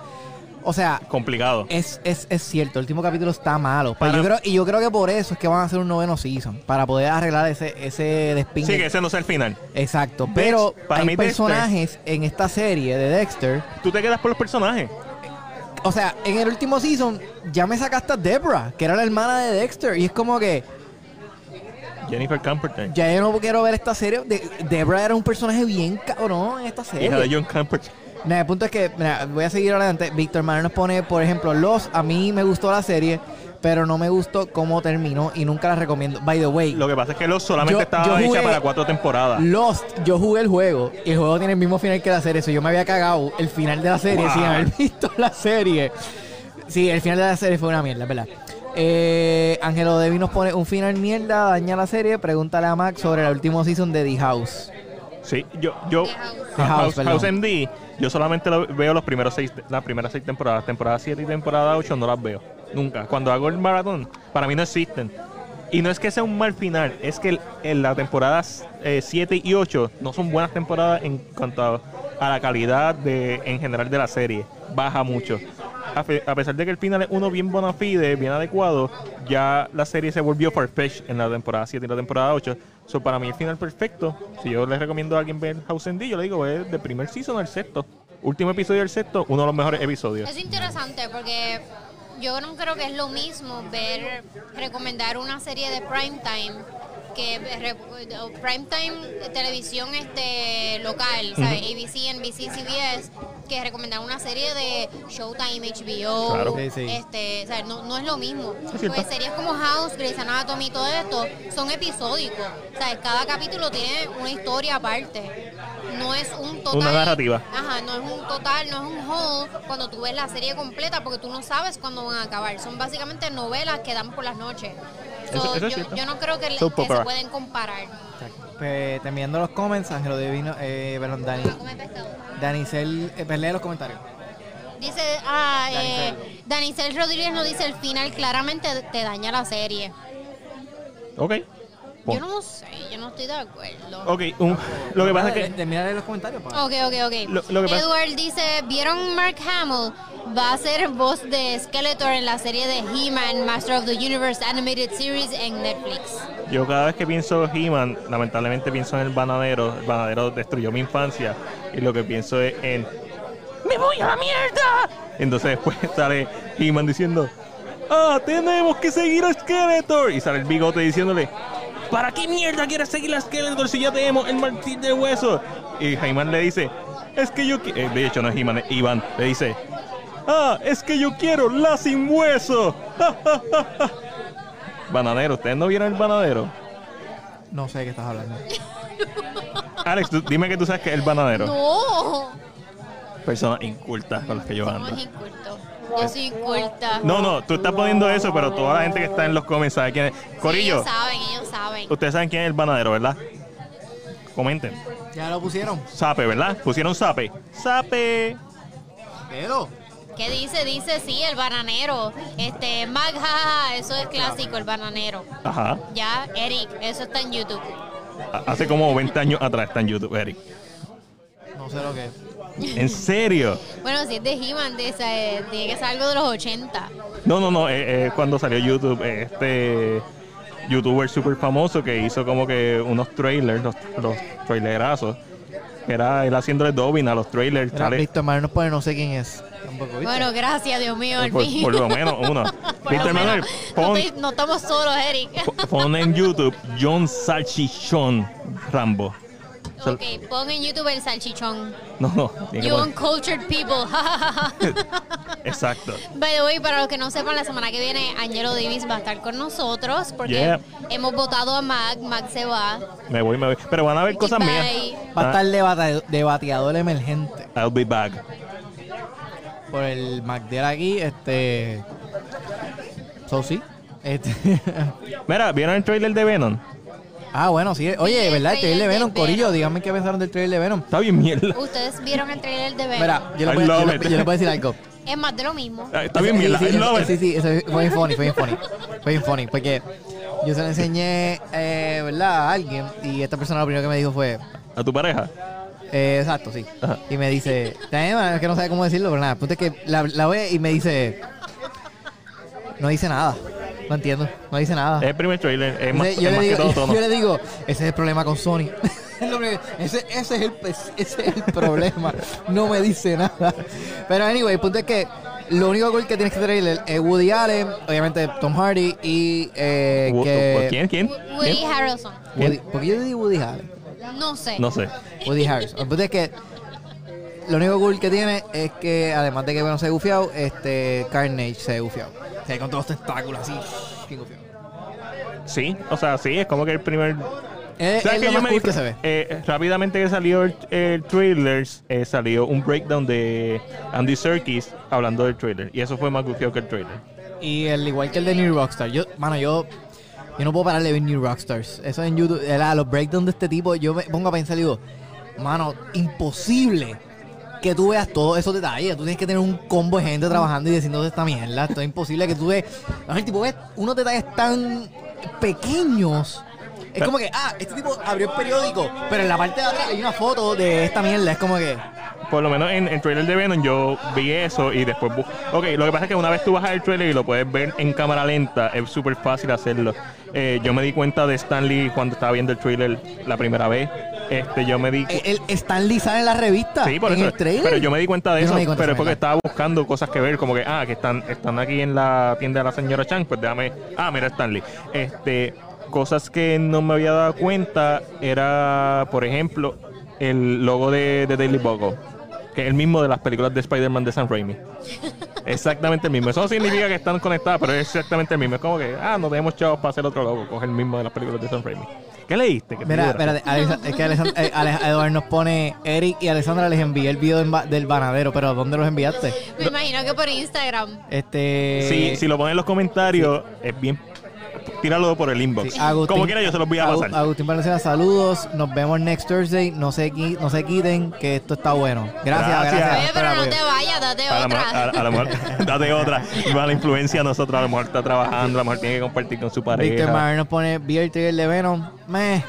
Speaker 2: O sea,
Speaker 3: Complicado.
Speaker 2: Es, es, es cierto, el último capítulo está malo. pero
Speaker 3: Para-
Speaker 2: yo creo, y yo creo que por eso es que van a hacer un noveno season. Para poder arreglar ese, ese despingue.
Speaker 3: Sí, que ese no sea el final.
Speaker 2: Exacto. Pero
Speaker 3: para
Speaker 2: hay
Speaker 3: mí Dexter-
Speaker 2: personajes en esta serie de Dexter.
Speaker 3: Tú te quedas por los personajes.
Speaker 2: O sea, en el último season ya me sacaste a Deborah, que era la hermana de Dexter. Y es como que
Speaker 3: Jennifer Camperton.
Speaker 2: ya yo no quiero ver esta serie. De, Deborah era un personaje bien cabrón en esta serie.
Speaker 3: Hija de John Camperton.
Speaker 2: Mira, el punto es que, mira, voy a seguir adelante. Víctor Manuel nos pone, por ejemplo, Los, a mí me gustó la serie, pero no me gustó cómo terminó y nunca la recomiendo. By the way,
Speaker 3: Lo que pasa es que Lost solamente
Speaker 2: Yo-
Speaker 3: estaba
Speaker 2: yo jugué-
Speaker 3: hecha para cuatro temporadas.
Speaker 2: Lost, yo jugué el juego y el juego tiene el mismo final que la serie. Eso yo me había cagado el final de la serie
Speaker 3: Wow.
Speaker 2: sin haber visto la serie. Sí, el final de la serie fue una mierda, es ¿verdad? Eh, Angelo Devi nos pone un final mierda, daña la serie. Pregúntale a Max sobre el último season de The House.
Speaker 3: Sí, yo, yo
Speaker 1: The House.
Speaker 2: The House,
Speaker 3: House,
Speaker 2: perdón.
Speaker 3: House MD, yo solamente lo- veo los primeros seis, las primeras seis temporadas, temporada 7 y temporada 8 no las veo, nunca. Cuando hago el maratón, para mí no existen. Y no es que sea un mal final, es que el- en las temporadas 7 y 8 no son buenas temporadas en cuanto a, a la calidad de, en general de la serie, baja mucho. A, fe- a pesar de que el final es uno bien bona fide, bien adecuado, ya la serie se volvió farfetch en la temporada 7 y la temporada 8. So, para mí el final perfecto, si yo le recomiendo a alguien ver House and D, yo le digo, es del primer season al sexto. Último episodio del sexto, uno de los mejores episodios.
Speaker 1: Es interesante porque yo no creo que es lo mismo ver, recomendar una serie de primetime que re- o primetime de televisión este local, ¿sabes? ABC, NBC, CBS, que recomendar una serie de Showtime, HBO.
Speaker 3: Claro.
Speaker 2: Sí, sí.
Speaker 1: Este, o sea, no, no es lo mismo.
Speaker 3: Es cierto.
Speaker 1: Pues series como House, Grey's Anatomy y todo esto son episódicos. O sea, cada capítulo tiene una historia aparte. No es un total.
Speaker 3: Una narrativa.
Speaker 1: Ajá, no es un total, no es un whole cuando tú ves la serie completa porque tú no sabes cuándo van a acabar. Son básicamente novelas que dan por las noches.
Speaker 3: Eso-
Speaker 1: So,
Speaker 3: eso es
Speaker 1: yo,
Speaker 3: cierto.
Speaker 1: yo no creo que, le-
Speaker 3: Soap
Speaker 1: que se
Speaker 3: opera.
Speaker 1: pueden comparar.
Speaker 2: Exacto. Pues, terminando los comments, Ángelo Divino, eh, perdón, Dani.
Speaker 1: Voy a comer pescado.
Speaker 2: Danicel, eh, pues lee los comentarios.
Speaker 1: Dice, ah, eh, Danicel Rodríguez nos dice, el final claramente te daña la serie.
Speaker 3: Ok.
Speaker 1: Yo
Speaker 3: Pon.
Speaker 1: no sé, yo no estoy de acuerdo.
Speaker 3: Ok, un- lo que pasa
Speaker 2: Termina
Speaker 3: es que.
Speaker 2: de- termina de leer los comentarios, pues. pa.
Speaker 1: Ok, ok, ok.
Speaker 3: Lo- lo que pasa-
Speaker 1: Edward dice, ¿vieron Mark Hamill? Va a ser voz de Skeletor en la serie de He-Man, Master of the Universe Animated Series en Netflix.
Speaker 3: Yo cada vez que pienso He-Man, lamentablemente pienso en el banadero. El banadero destruyó mi infancia. Y lo que pienso es en... ¡Me voy a la mierda! Entonces después sale He-Man diciendo... ¡Ah, tenemos que seguir a Skeletor! Y sale el bigote diciéndole... ¿Para qué mierda quieres seguir a Skeletor si ya tenemos el martín de hueso? Y He-Man le dice... Es que yo quiero... De hecho no es He-Man, es Iván. Le dice... ¡Ah, es que yo quiero la sin hueso! Banadero, ¿ustedes no vieron el banadero?
Speaker 2: No sé de qué estás hablando.
Speaker 3: Alex, tú- dime que tú sabes que es el banadero.
Speaker 1: No,
Speaker 3: Personas incultas con las que yo ando.
Speaker 1: somos incultos. Yo soy inculta.
Speaker 3: No, no, tú estás poniendo eso, pero toda la gente que está en los comments sabe quién es. Corillo,
Speaker 1: Ellos saben, ellos saben.
Speaker 3: ustedes saben quién es el banadero, ¿verdad? Comenten.
Speaker 2: Ya lo pusieron.
Speaker 3: Sape, ¿verdad? Pusieron sape. Sape.
Speaker 2: Pero.
Speaker 1: ¿Qué dice? Dice, sí, el bananero. Este, Mag, ja, ja, ja, eso es clásico, el bananero.
Speaker 3: Ajá.
Speaker 1: Ya, Eric, eso está en YouTube.
Speaker 3: A- Hace como 20 años atrás está en YouTube, Eric.
Speaker 2: No sé lo que es.
Speaker 3: ¿En serio?
Speaker 1: Bueno, si es de He-Man, de esa, eh, tiene que ser algo de los 80.
Speaker 3: No, no, no. eh, eh, cuando salió YouTube, eh, este youtuber súper famoso que hizo como que unos trailers, los, los trailerazos. Era él haciéndole dobbing a los trailers.
Speaker 2: Era
Speaker 3: sale-
Speaker 2: Víctor Manuel, pues no sé quién es. Tampoco, ¿viste?
Speaker 1: Bueno, gracias, Dios mío,
Speaker 3: Eh,
Speaker 1: al
Speaker 3: Por,
Speaker 1: fin.
Speaker 3: por lo menos uno.
Speaker 1: Por lo
Speaker 3: Víctor Manuel,
Speaker 1: menos, no,
Speaker 3: pon,
Speaker 1: estoy- no estamos solos, Eric.
Speaker 3: po- pon en YouTube John Salchichón Rambo. Sal-
Speaker 1: ok, pon en YouTube el salchichón.
Speaker 3: No, no. tiene que
Speaker 1: You
Speaker 3: poner-
Speaker 1: uncultured people.
Speaker 3: Exacto.
Speaker 1: By the way, para los que no sepan, la semana que viene Angelo Davis va a estar con nosotros porque
Speaker 3: Yeah.
Speaker 1: hemos votado a Mac, Mac se va.
Speaker 3: Me voy, me voy. Pero van a ver cosas mías.
Speaker 1: Bye.
Speaker 2: Va a
Speaker 3: Ah,
Speaker 2: estar de, bata- de bateador emergente.
Speaker 3: I'll be back.
Speaker 2: Por el McDell aquí, este. So sí. Este.
Speaker 3: Mira, ¿vieron el trailer de Venom?
Speaker 2: ah, bueno, sí. Oye,
Speaker 1: el
Speaker 2: ¿verdad? El trailer de
Speaker 1: trailer de
Speaker 2: Venom, Corillo.
Speaker 1: Venom.
Speaker 2: Díganme qué pensaron del trailer de Venom.
Speaker 3: Está bien mierda.
Speaker 1: Ustedes vieron el trailer de Venom.
Speaker 2: Mira, yo
Speaker 3: I
Speaker 2: le puedo, yo
Speaker 3: love
Speaker 2: le-
Speaker 3: it.
Speaker 2: yo le puedo decir algo.
Speaker 1: Es más de lo mismo.
Speaker 3: Ah, Está bien
Speaker 2: Ese-
Speaker 3: mierda.
Speaker 2: Sí,
Speaker 3: I
Speaker 2: sí,
Speaker 3: love
Speaker 2: sí,
Speaker 3: it.
Speaker 2: sí, ese fue bien funny, fue bien funny. Fue bien funny, porque yo se lo enseñé, eh, ¿verdad? A alguien y esta persona lo primero que me dijo fue,
Speaker 3: A tu pareja.
Speaker 2: eh, exacto, sí.
Speaker 3: Ajá.
Speaker 2: Y me dice, también, bueno, es que no sabe cómo decirlo, pero nada, el punto es que la, la ve y me dice, no dice nada, no entiendo, no dice nada.
Speaker 3: Es el primer trailer. Es más,
Speaker 2: Entonces, yo,
Speaker 3: es
Speaker 2: le
Speaker 3: más que todo
Speaker 2: digo,
Speaker 3: tono.
Speaker 2: yo le digo, ese es el problema con Sony. Es lo primero, ese, ese es el, ese es el problema. No me dice nada. Pero anyway, el punto es que lo único cool que tienes que traerle es Woody Allen, obviamente Tom Hardy y eh,
Speaker 3: Wo-
Speaker 2: que...
Speaker 3: wo- ¿Quién? ¿Quién?
Speaker 1: Wo- Woody
Speaker 3: ¿Quién?
Speaker 1: Harrelson.
Speaker 2: Woody- ¿Por qué yo le digo Woody Allen?
Speaker 1: No sé.
Speaker 3: No sé.
Speaker 2: Woody Harrison. El punto es que lo único cool que tiene es que además de que Venom se ha gufiado, este Carnage se ha gufiado. O sea, con todos los tentáculos así. bien gufiado.
Speaker 3: Sí, o sea, sí, es como que el primer
Speaker 2: Es,
Speaker 3: ¿Sabes
Speaker 2: es
Speaker 3: qué?
Speaker 2: Eh, lo
Speaker 3: Yo
Speaker 2: más
Speaker 3: me
Speaker 2: cool
Speaker 3: dif-
Speaker 2: que se ve.
Speaker 3: eh, rápidamente que salió el, el trailer, eh, salió un breakdown de Andy Serkis hablando del trailer. Y eso fue más gufiado que el trailer.
Speaker 2: Y el igual que el de New Rockstar. Yo, mano, yo, yo no puedo parar de ver New Rockstars. Eso en YouTube, era los breakdowns de este tipo, yo me pongo a pensar y digo, mano, imposible que tú veas todos esos detalles. Tú tienes que tener un combo de gente trabajando y diciéndote esta mierda. Esto es imposible que tú veas. El tipo ves unos detalles tan pequeños. Es como que, ah, este tipo abrió el periódico, pero en la parte de atrás hay una foto de esta mierda. Es como que.
Speaker 3: Por lo menos en el trailer de Venom yo vi eso y después... bu- Ok, lo que pasa es que una vez tú bajas el trailer y lo puedes ver en cámara lenta, es súper fácil hacerlo. Eh, yo me di cuenta de Stanley cuando estaba viendo el trailer la primera vez. Este, yo me di... cu-
Speaker 2: El, el Stanley sale en la revista.
Speaker 3: Sí, por
Speaker 2: en
Speaker 3: eso.
Speaker 2: el trailer.
Speaker 3: Pero yo me di cuenta de
Speaker 2: Yo no
Speaker 3: eso,
Speaker 2: me di cuenta
Speaker 3: pero
Speaker 2: de
Speaker 3: es porque
Speaker 2: esa
Speaker 3: estaba buscando cosas que ver, como que, ah, que están, están aquí en la tienda de la señora Chang, pues déjame, ah, mira Stanley. Este, cosas que no me había dado cuenta era, por ejemplo, el logo de, de Daily Bugle, que es el mismo de las películas de Spider-Man de Sam Raimi. Exactamente el mismo. Eso no significa que están conectadas, pero es exactamente el mismo. Es como que, ah, no tenemos chavos para hacer otro logo. Coge el mismo de las películas de Sam Raimi. ¿Qué leíste? ¿Qué te
Speaker 2: Mira,
Speaker 3: dieron?
Speaker 2: espérate, Alexa- es que Alexandra, Eduardo nos pone Eric y Alexandra les envié el video en ba- del banadero, pero ¿dónde los enviaste?
Speaker 1: Me imagino que por Instagram.
Speaker 2: Este.
Speaker 3: Si, si lo ponen en los comentarios, es bien. Tíralo por el inbox.
Speaker 2: sí, Agustín-
Speaker 3: Como quiera, yo se los voy a
Speaker 2: Agu-
Speaker 3: pasar.
Speaker 2: Agustín Valenciana, saludos. Nos vemos next Thursday. No se, qui- no se quiten, que esto está bueno. Gracias,
Speaker 3: Gracias.
Speaker 2: gracias.
Speaker 1: Oye, pero
Speaker 2: Espera,
Speaker 1: no
Speaker 2: porque-
Speaker 1: te vayas, date
Speaker 3: A lo mejor-
Speaker 1: otra.
Speaker 3: pues. a- a lo mejor, date otra. Mala influencia a nosotros. A lo mejor está trabajando, a lo mejor tiene que compartir con su
Speaker 2: Victor
Speaker 3: pareja.
Speaker 2: Mayer nos pone Beer el trailer de Venom. Meh.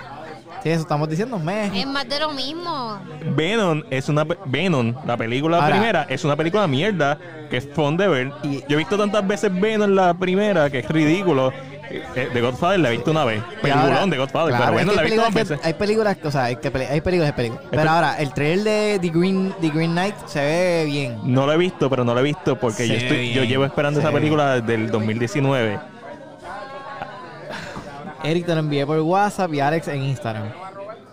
Speaker 2: Sí, eso estamos diciendo, meh.
Speaker 1: Es más de lo mismo.
Speaker 3: Venom es una pe- Venom, la película
Speaker 2: Ahora-
Speaker 3: primera, es una película mierda que es fun de ver.
Speaker 2: Y-
Speaker 3: Yo he visto tantas veces Venom la primera que es ridículo. Eh, De Godfather la he visto una vez.
Speaker 2: Y ahora-
Speaker 3: Peliculón Pues de Godfather,
Speaker 2: Claro,
Speaker 3: pero
Speaker 2: es
Speaker 3: Venom
Speaker 2: que
Speaker 3: la he
Speaker 2: hay
Speaker 3: visto dos
Speaker 2: películas que-
Speaker 3: veces.
Speaker 2: Hay películas, o sea, hay, que pele- hay películas, hay películas.
Speaker 3: pe-
Speaker 2: Pero ahora, el trailer de The Green, The Green Knight se ve bien.
Speaker 3: No la he visto, pero no la he visto porque
Speaker 2: Se
Speaker 3: yo,
Speaker 2: ve
Speaker 3: estoy, yo
Speaker 2: bien,
Speaker 3: llevo esperando
Speaker 2: se
Speaker 3: esa
Speaker 2: ve
Speaker 3: película desde el 2019.
Speaker 2: Eric te lo envié por WhatsApp y Alex en Instagram.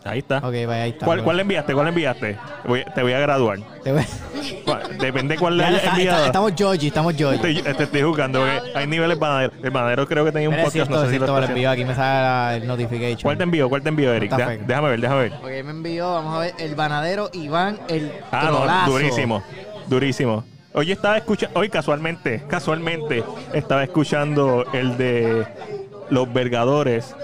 Speaker 3: Ahí está.
Speaker 2: Ok, vaya, ahí está.
Speaker 3: ¿Cuál, ¿Cuál le enviaste? ¿Cuál le enviaste? Voy- te voy a graduar.
Speaker 2: Te voy-
Speaker 3: ¿Cuál? Depende cuál le
Speaker 2: Ya,
Speaker 3: hayas
Speaker 2: está-
Speaker 3: enviado.
Speaker 2: está- estamos Georgie, estamos Georgie.
Speaker 3: Estoy, te estoy jugando porque hay niveles banadero. El banadero creo que tenía un
Speaker 2: Mira, es
Speaker 3: podcast, no
Speaker 2: cierto,
Speaker 3: sé
Speaker 2: es
Speaker 3: si lo
Speaker 2: cierto, me lo
Speaker 3: está
Speaker 2: envió.
Speaker 3: haciendo.
Speaker 2: Aquí me sale la- el notification.
Speaker 3: ¿Cuál te envió? ¿Cuál te envió, Eric?
Speaker 2: Está
Speaker 3: Deja-
Speaker 2: fake.
Speaker 3: déjame ver, déjame ver.
Speaker 2: Ok, me envió, vamos a ver, el banadero Iván, el
Speaker 3: Ah, no,
Speaker 2: trolazo.
Speaker 3: durísimo, durísimo. Hoy estaba escuchando, hoy casualmente, casualmente, estaba escuchando el de Los Vergadores,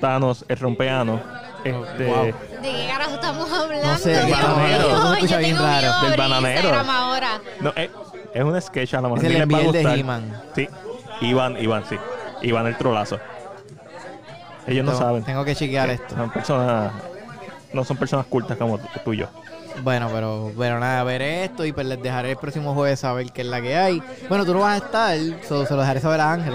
Speaker 3: Thanos, el rompeano, este,
Speaker 2: Wow.
Speaker 1: ¿De qué carajo estamos hablando?
Speaker 2: No sé,
Speaker 1: Dios
Speaker 3: bananero.
Speaker 1: mío,
Speaker 2: Se escucha
Speaker 1: yo
Speaker 2: bien
Speaker 1: tengo miedo de
Speaker 2: raro.
Speaker 3: Del
Speaker 1: abrir
Speaker 3: bananero.
Speaker 1: Instagram ahora.
Speaker 3: no, es, es un sketch a lo mejor
Speaker 2: Es el
Speaker 3: ni les va a
Speaker 2: enviel de
Speaker 3: gustar.
Speaker 2: He-Man.
Speaker 3: sí, Iván, Iván, sí, Iván el trolazo. Ellos no
Speaker 2: Tengo-
Speaker 3: saben,
Speaker 2: Tengo que chequear esto.
Speaker 3: son personas, no son personas cultas como tú, tú y yo.
Speaker 2: Bueno, pero, pero nada, veré esto y pues les dejaré el próximo jueves saber qué es la que hay. Bueno, tú no vas a estar, so- se lo dejaré saber a Ángel.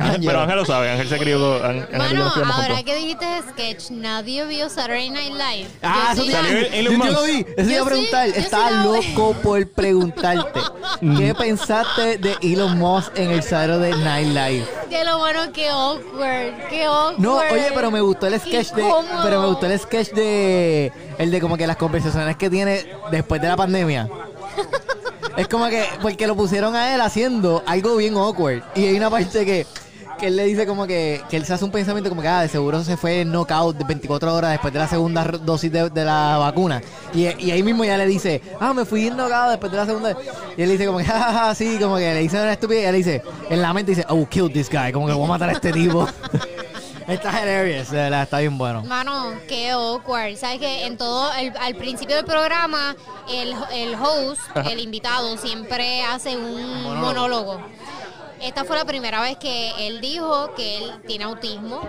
Speaker 2: Ah,
Speaker 3: Ángel- pero Ángel lo sabe, Ángel se crió con Ángel- Ángel y yo
Speaker 1: Mano,
Speaker 3: nos criamos
Speaker 1: ahora
Speaker 3: juntos.
Speaker 1: que dijiste sketch, nadie vio Saturday Night Live.
Speaker 2: Ah,
Speaker 1: Yo
Speaker 2: eso
Speaker 1: sí
Speaker 2: te
Speaker 1: la-
Speaker 3: Salió el- Elon
Speaker 2: yo, yo lo
Speaker 3: Musk.
Speaker 2: vi. Eso te iba
Speaker 1: Yo
Speaker 2: a
Speaker 1: sí,
Speaker 2: preguntar.
Speaker 1: yo sí
Speaker 2: Estaba
Speaker 1: la vi.
Speaker 2: loco por preguntarte.
Speaker 3: Mm.
Speaker 2: ¿Qué pensaste de Elon Musk en el Saturday Night Live?
Speaker 1: De lo bueno, qué awkward, qué awkward.
Speaker 2: No, oye, pero me gustó el sketch de.
Speaker 1: Incómodo.
Speaker 2: Pero me gustó el sketch de. El de como que las conversaciones que tiene después de la pandemia. es como que. Porque lo pusieron a él haciendo algo bien awkward. Y hay una parte que. Que él le dice como que, que él se hace un pensamiento como que, ah, de seguro se fue knockout de 24 horas después de la segunda ro- dosis de, de la vacuna. Y, y ahí mismo ya le dice, ah, me fui knockout después de la segunda. Y él dice como que, ah, ja, ja", sí, como que le dice una estupidez. Y él dice, en la mente dice, oh, kill this guy, como que voy a matar a este tipo. Está hilarious, de verdad, está bien bueno.
Speaker 1: Mano, qué awkward. Sabes que en todo, el- al principio del programa, el, el host, el invitado, siempre hace un monólogo. Esta fue la primera vez que él dijo que él tiene autismo,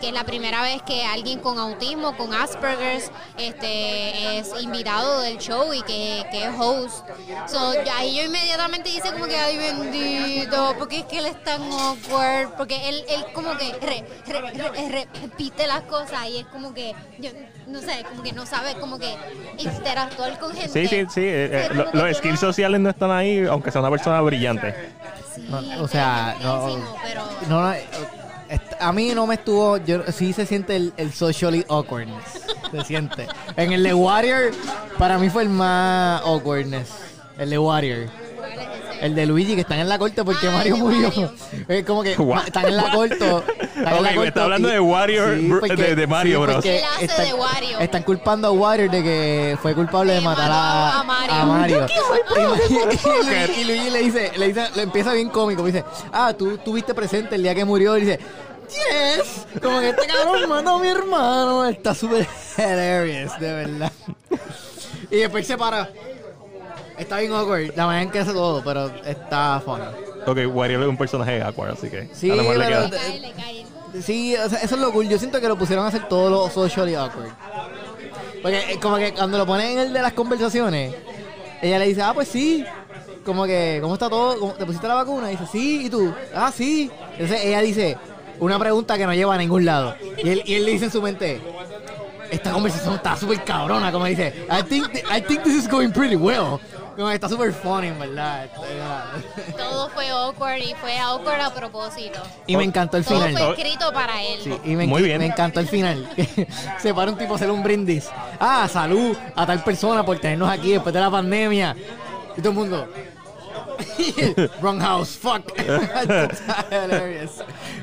Speaker 1: que es la primera vez que alguien con autismo, con Asperger's, este, es invitado del show y que, que es host. So, ya- ahí yo inmediatamente hice como que, ay bendito, porque es que él es tan awkward, porque él, él como que re- re- re- re- repite las cosas y es como que, yo no sé, como que no sabe, como que interactuar con gente.
Speaker 3: Sí, sí, sí. eh, eh,
Speaker 1: Pero
Speaker 3: lo-
Speaker 1: como que
Speaker 3: los
Speaker 1: tiene-
Speaker 3: skills sociales no están ahí, aunque sea una persona brillante.
Speaker 1: Sí,
Speaker 2: No, o sea, no,
Speaker 1: inteligentísimo, pero-
Speaker 2: no, no, eh, est- a mí no me estuvo, yo, sí se siente el, el socially awkwardness, se siente. En el The Warrior, para mí fue el más awkwardness, el The Warrior.
Speaker 1: ¿cuál es ese?
Speaker 2: El de Luigi, que están en la corte porque
Speaker 1: Ah,
Speaker 2: Mario
Speaker 1: el de
Speaker 2: murió.
Speaker 1: Mario.
Speaker 2: Es como que
Speaker 3: What?
Speaker 2: ma- están en la corte. Están en la
Speaker 3: Ok, me
Speaker 2: corte
Speaker 3: está hablando de Warrior, br- de- de Mario Bros.
Speaker 2: porque
Speaker 1: Él hace de Wario.
Speaker 2: Están culpando a Wario de que fue culpable de
Speaker 1: Que
Speaker 2: matar
Speaker 1: mató
Speaker 2: a,
Speaker 1: a Mario.
Speaker 2: a Mario.
Speaker 1: ¡Qué culpable!
Speaker 2: Y- y, y Luigi, y Luigi le dice, le dice, le empieza bien cómico. Dice, ah, tú estuviste presente el día que murió. Y dice, yes. Como que este cabrón mató a mi hermano. Está súper hilarious, de verdad. Y después se para. Está bien awkward, la manera en que hace todo, pero está funny.
Speaker 3: Ok, Wario es un personaje awkward, así que
Speaker 2: Sí,
Speaker 3: a lo mejor le
Speaker 2: pero-
Speaker 3: queda.
Speaker 1: Le cae, le cae.
Speaker 2: Sí, o sea, eso es lo cool. Yo siento que lo pusieron a hacer todo lo socially awkward. Porque eh, como que cuando lo ponen en el de las conversaciones, ella le dice, ah, pues sí. Como que, ¿cómo está todo? ¿Cómo- ¿Te pusiste la vacuna? Y dice, sí, ¿y tú? Ah, sí. Entonces ella dice, una pregunta que no lleva a ningún lado. Y él, y él le dice en su mente, esta conversación está súper cabrona. Como dice, I think, th- I think this is going pretty well. Como que está súper funny, en verdad. Este, Está-
Speaker 1: Todo fue awkward y fue awkward a propósito.
Speaker 2: Y me encantó el
Speaker 1: Todo
Speaker 2: final.
Speaker 1: fue escrito para él.
Speaker 2: Sí, y me,
Speaker 3: Muy bien.
Speaker 2: me encantó el final. Se para un tipo a hacer un brindis. Ah, salud a tal persona por tenernos aquí después de la pandemia. Y todo el mundo. Wrong house, fuck. Está hilarious.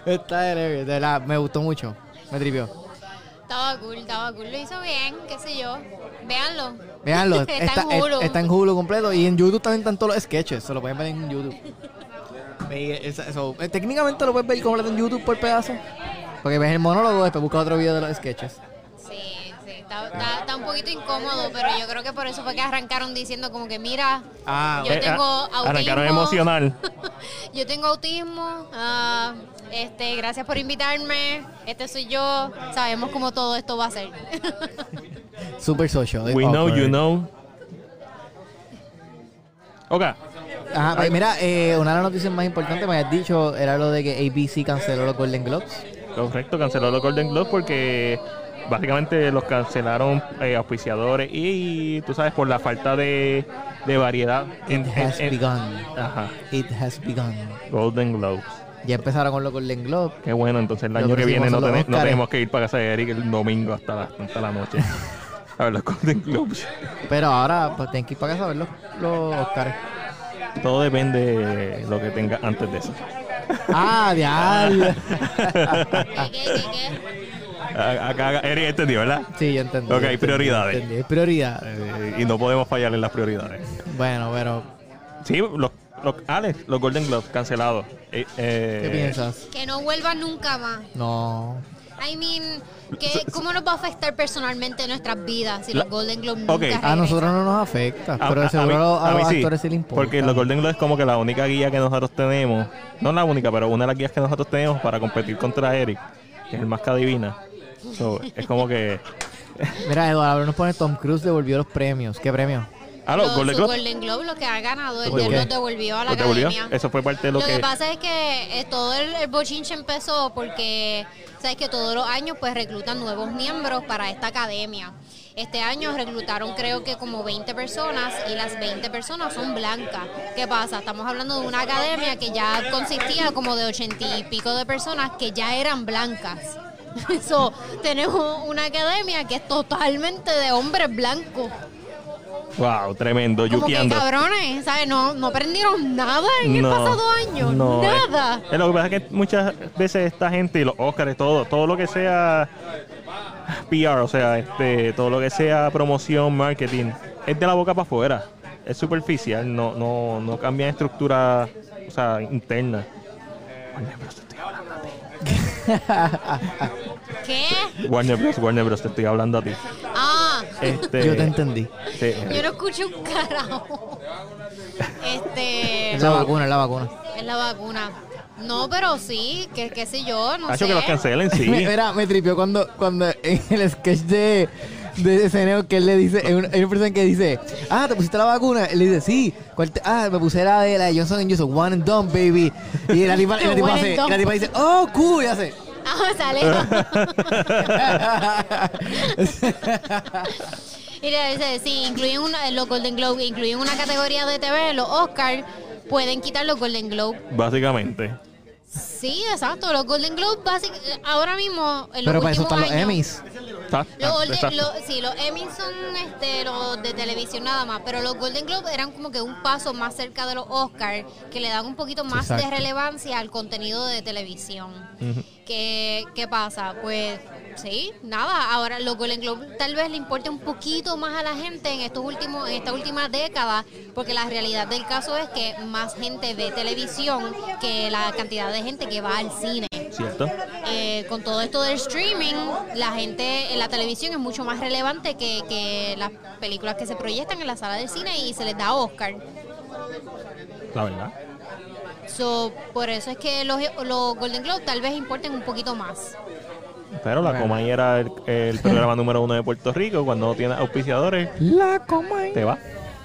Speaker 2: Está hilarious. De verdad, me gustó mucho. Me tripió.
Speaker 1: Estaba cool, estaba cool. Lo hizo bien, qué sé yo. Véanlo.
Speaker 2: Veanlo,
Speaker 1: está,
Speaker 2: está,
Speaker 1: en Hulu.
Speaker 2: es- está en Hulu completo y en YouTube también están todos los sketches, se lo pueden ver en YouTube. Y esa- eso, eh, técnicamente lo puedes ver completo en YouTube por pedazo. Porque ves el monólogo, después buscas otro video de los sketches.
Speaker 1: Sí, sí. Está, está- está un poquito incómodo, pero yo creo que por eso fue que arrancaron diciendo como que mira,
Speaker 2: Ah,
Speaker 1: yo
Speaker 3: Eh,
Speaker 1: tengo
Speaker 3: ah,
Speaker 1: autismo.
Speaker 3: arrancaron emocional.
Speaker 1: yo tengo autismo. ah, este, gracias por invitarme. Este soy yo. Sabemos cómo todo esto va a ser.
Speaker 2: Super social.
Speaker 3: We know
Speaker 2: awkward.
Speaker 3: you know. Ok.
Speaker 2: Ajá, pues mira, eh, una de las noticias más importantes, me habías dicho, era lo de que ABC canceló los Golden Globes.
Speaker 3: Correcto, canceló los Golden Globes porque básicamente los cancelaron eh, auspiciadores y tú sabes por la falta de, de variedad. en-
Speaker 2: It has
Speaker 3: en- en-
Speaker 2: begun.
Speaker 3: Ajá,
Speaker 2: It has begun.
Speaker 3: Golden Globes.
Speaker 2: Ya empezaron con los Golden Globes.
Speaker 3: Qué bueno, entonces el
Speaker 2: Lo
Speaker 3: año que
Speaker 2: próximo
Speaker 3: viene no,
Speaker 2: son los
Speaker 3: tene- no
Speaker 2: Óscares.
Speaker 3: tenemos que ir para casa de Eric el domingo hasta la, hasta la noche. A ver los Golden Globes.
Speaker 2: Pero ahora, pues tienen que ir para casa a ver los, los Oscars.
Speaker 3: Todo depende de lo que tenga antes de eso.
Speaker 2: Ah, diablo. Ah.
Speaker 1: ¿Qué, qué, qué, qué?
Speaker 3: A- Acá Eric entendió, ¿verdad?
Speaker 2: Sí, yo entendí.
Speaker 3: Ok,
Speaker 2: yo entendí,
Speaker 3: prioridades.
Speaker 2: yo entendí, prioridades.
Speaker 3: Eh, y no podemos fallar en las prioridades.
Speaker 2: Bueno, pero,
Speaker 3: Sí, los, los Alex, los Golden Globes cancelados. Eh, eh,
Speaker 2: ¿qué piensas?
Speaker 1: Que no vuelva nunca más.
Speaker 2: No.
Speaker 1: I mean, que, ¿cómo nos va a afectar personalmente nuestras vidas si
Speaker 3: La-
Speaker 1: los Golden Globes
Speaker 3: Ok.
Speaker 1: nunca
Speaker 2: A
Speaker 1: regresan?
Speaker 2: nosotros no nos afecta,
Speaker 3: a-
Speaker 2: pero
Speaker 3: a- a
Speaker 2: seguro
Speaker 3: mí-
Speaker 2: a, los- a
Speaker 3: a mí
Speaker 2: los
Speaker 3: sí,
Speaker 2: actores sí les importa.
Speaker 3: Porque los Golden Globes es como que la única guía que nosotros tenemos, no la única, pero una de las guías que nosotros tenemos para competir contra Eric, que es el más que adivina. So, es como que...
Speaker 2: Mira, Eduardo, nos pone Tom Cruise devolvió los premios. ¿Qué premio?
Speaker 3: Ah, los
Speaker 1: Lo-
Speaker 3: Golden
Speaker 1: su
Speaker 3: Globes.
Speaker 1: Golden Globe, lo que ha ganado, él
Speaker 2: ¿Por
Speaker 1: ya
Speaker 2: qué?
Speaker 1: lo devolvió a la
Speaker 3: ¿Lo devolvió?
Speaker 1: academia.
Speaker 3: Eso fue parte de lo,
Speaker 1: Lo que pasa es que eh, todo el, el bochinche empezó porque, sabes que todos los años pues reclutan nuevos miembros para esta academia. Este año reclutaron creo que como 20 personas y las 20 personas son blancas. ¿Qué pasa? Estamos hablando de una academia que ya consistía como de 80 y pico de personas que ya eran blancas. Eso, tenemos una academia que es totalmente de hombres blancos.
Speaker 3: Wow, tremendo,
Speaker 1: Como
Speaker 3: yuqueando.
Speaker 1: que cabrones, ¿sabes? No, no aprendieron nada en el pasado año.
Speaker 3: no, es-
Speaker 1: nada.
Speaker 3: es lo que pasa es que muchas veces esta gente y los Óscares, todo, todo lo que sea PR, o sea, este, todo lo que sea promoción, marketing, es de la boca para afuera. Es superficial, no, no, no cambia estructura, o sea, interna. Warner Bros. te estoy hablando a ti.
Speaker 1: ¿Qué?
Speaker 3: Warner Bros. Warner Bros. te estoy hablando a ti.
Speaker 1: Ah,
Speaker 3: Este,
Speaker 2: Yo te entendí.
Speaker 3: sí.
Speaker 1: yo no escucho un carajo. Este,
Speaker 2: Es la vacuna, es la vacuna.
Speaker 1: es la vacuna. No, pero sí, que qué sé yo, no sé.
Speaker 3: Hacho, Ah, que los cancelen, sí.
Speaker 2: Me- Mira, me tripió cuando, cuando en el sketch de, de esceneo que él le dice, hay una, hay una persona que dice, ah, ¿te pusiste la vacuna? Él le dice, sí, ¿Cuál te- ah, me puse la de la de Johnson Johnson, one and done, baby. Y la tipa, y la tipa
Speaker 1: One
Speaker 2: hace,
Speaker 1: and done.
Speaker 2: y la tipa dice, oh, cool, y hace.
Speaker 1: Ah, sale. Y le dice, sí, incluyen una, los Golden Globe, incluyen una categoría de TV, los Oscar, pueden quitar los Golden Globe.
Speaker 3: Básicamente.
Speaker 1: Sí, exacto, los Golden Globe básicamente, ahora mismo, en los
Speaker 2: Pero para eso
Speaker 1: últimos
Speaker 2: están los
Speaker 1: años-
Speaker 2: Emmys.
Speaker 3: Está-
Speaker 1: Los Golden-
Speaker 3: está-
Speaker 1: lo- sí, los Emmys son este, los de televisión nada más, pero los Golden Globe eran como que un paso más cerca de los Oscars, que le dan un poquito más de
Speaker 2: Exacto.
Speaker 1: relevancia al contenido de televisión.
Speaker 3: Ujú.
Speaker 1: ¿Qué, ¿Qué pasa? Pues sí, nada, ahora los Golden Globe tal vez le importa un poquito más a la gente en estos últimos en esta última década, porque la realidad del caso es que más gente ve televisión que la cantidad de gente que va al cine
Speaker 3: ¿Cierto?
Speaker 1: eh, con todo esto del streaming, la gente en la televisión es mucho más relevante que, que las películas que se proyectan en la sala del cine y se les da Oscar.
Speaker 3: La verdad.
Speaker 1: So, por eso es que los, los Golden Globe tal vez importen un poquito más.
Speaker 3: Pero la
Speaker 2: Bueno.
Speaker 3: Comay era el, el programa número uno de Puerto Rico. Cuando no tienes auspiciadores,
Speaker 2: La coma.
Speaker 3: te va.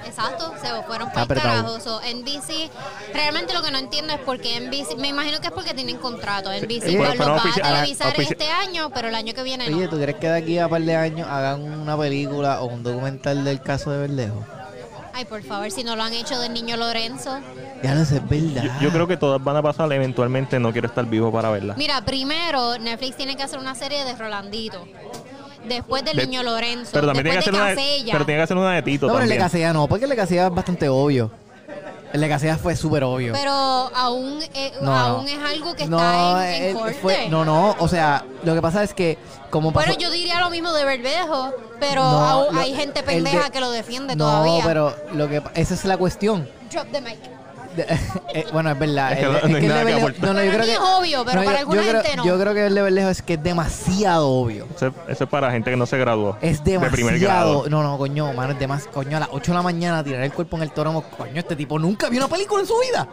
Speaker 1: Exacto, se fueron para el
Speaker 2: Apretado.
Speaker 1: carajo. So, NBC, realmente lo que no entiendo es por qué NBC, me imagino que es porque tienen contrato. NBC
Speaker 3: fueron-
Speaker 1: los
Speaker 3: fueron
Speaker 1: va
Speaker 3: ofici-
Speaker 1: a
Speaker 3: a la-
Speaker 1: televisar
Speaker 3: ofici-
Speaker 1: este año, pero el año que viene no.
Speaker 2: Oye, ¿tú crees que de aquí a un par de años hagan una película o un documental del caso de Berlejo?
Speaker 1: Ay, por favor, si no lo han hecho del niño Lorenzo.
Speaker 2: Ya lo sé, es verdad.
Speaker 3: Yo, yo creo que todas van a pasar, eventualmente no quiero estar vivo para verla.
Speaker 1: Mira, primero Netflix tiene que hacer una serie de Rolandito. Después del
Speaker 3: De-
Speaker 1: niño Lorenzo.
Speaker 3: Pero también tiene que,
Speaker 1: después
Speaker 3: hacer
Speaker 1: de
Speaker 3: una de,
Speaker 1: Casella.
Speaker 3: pero tiene que hacer una de Tito
Speaker 2: No, pero el de
Speaker 3: también.
Speaker 2: Casella no, porque el de Casella es bastante obvio. El de Casella fue súper obvio.
Speaker 1: Pero aún, eh,
Speaker 2: no,
Speaker 1: aún
Speaker 2: no.
Speaker 1: es algo que
Speaker 2: No,
Speaker 1: está en, en
Speaker 2: él
Speaker 1: corte.
Speaker 2: fue- no, no, o sea, lo que pasa es que como pasó...
Speaker 1: bueno, yo diría lo mismo de Berbejo, pero
Speaker 2: No,
Speaker 1: aún
Speaker 2: lo-
Speaker 1: hay gente
Speaker 2: el de-
Speaker 1: pendeja que lo defiende
Speaker 2: no,
Speaker 1: todavía.
Speaker 2: pero lo que, esa es la cuestión.
Speaker 1: Drop the mic.
Speaker 2: De- eh, bueno, es verdad.
Speaker 3: Es que
Speaker 2: el-
Speaker 3: no-
Speaker 2: es
Speaker 3: no hay
Speaker 2: que el
Speaker 3: nada que
Speaker 2: de Berle-
Speaker 3: aportar.
Speaker 2: no, no, yo
Speaker 1: Para
Speaker 2: creo
Speaker 1: mí
Speaker 2: que-
Speaker 1: es obvio, pero
Speaker 2: no, yo-
Speaker 1: para
Speaker 2: yo
Speaker 1: alguna
Speaker 2: creo-
Speaker 1: gente no.
Speaker 2: Yo creo que el de Berlejo es que es demasiado obvio.
Speaker 3: Eso, es- eso es para gente que no se graduó.
Speaker 2: Es
Speaker 3: De primer grado.
Speaker 2: demasiado. no, no, coño, mano, es demasiado. Coño, a las 8 de la mañana tirar el cuerpo en el toro. Coño, este tipo nunca vio una película en su vida.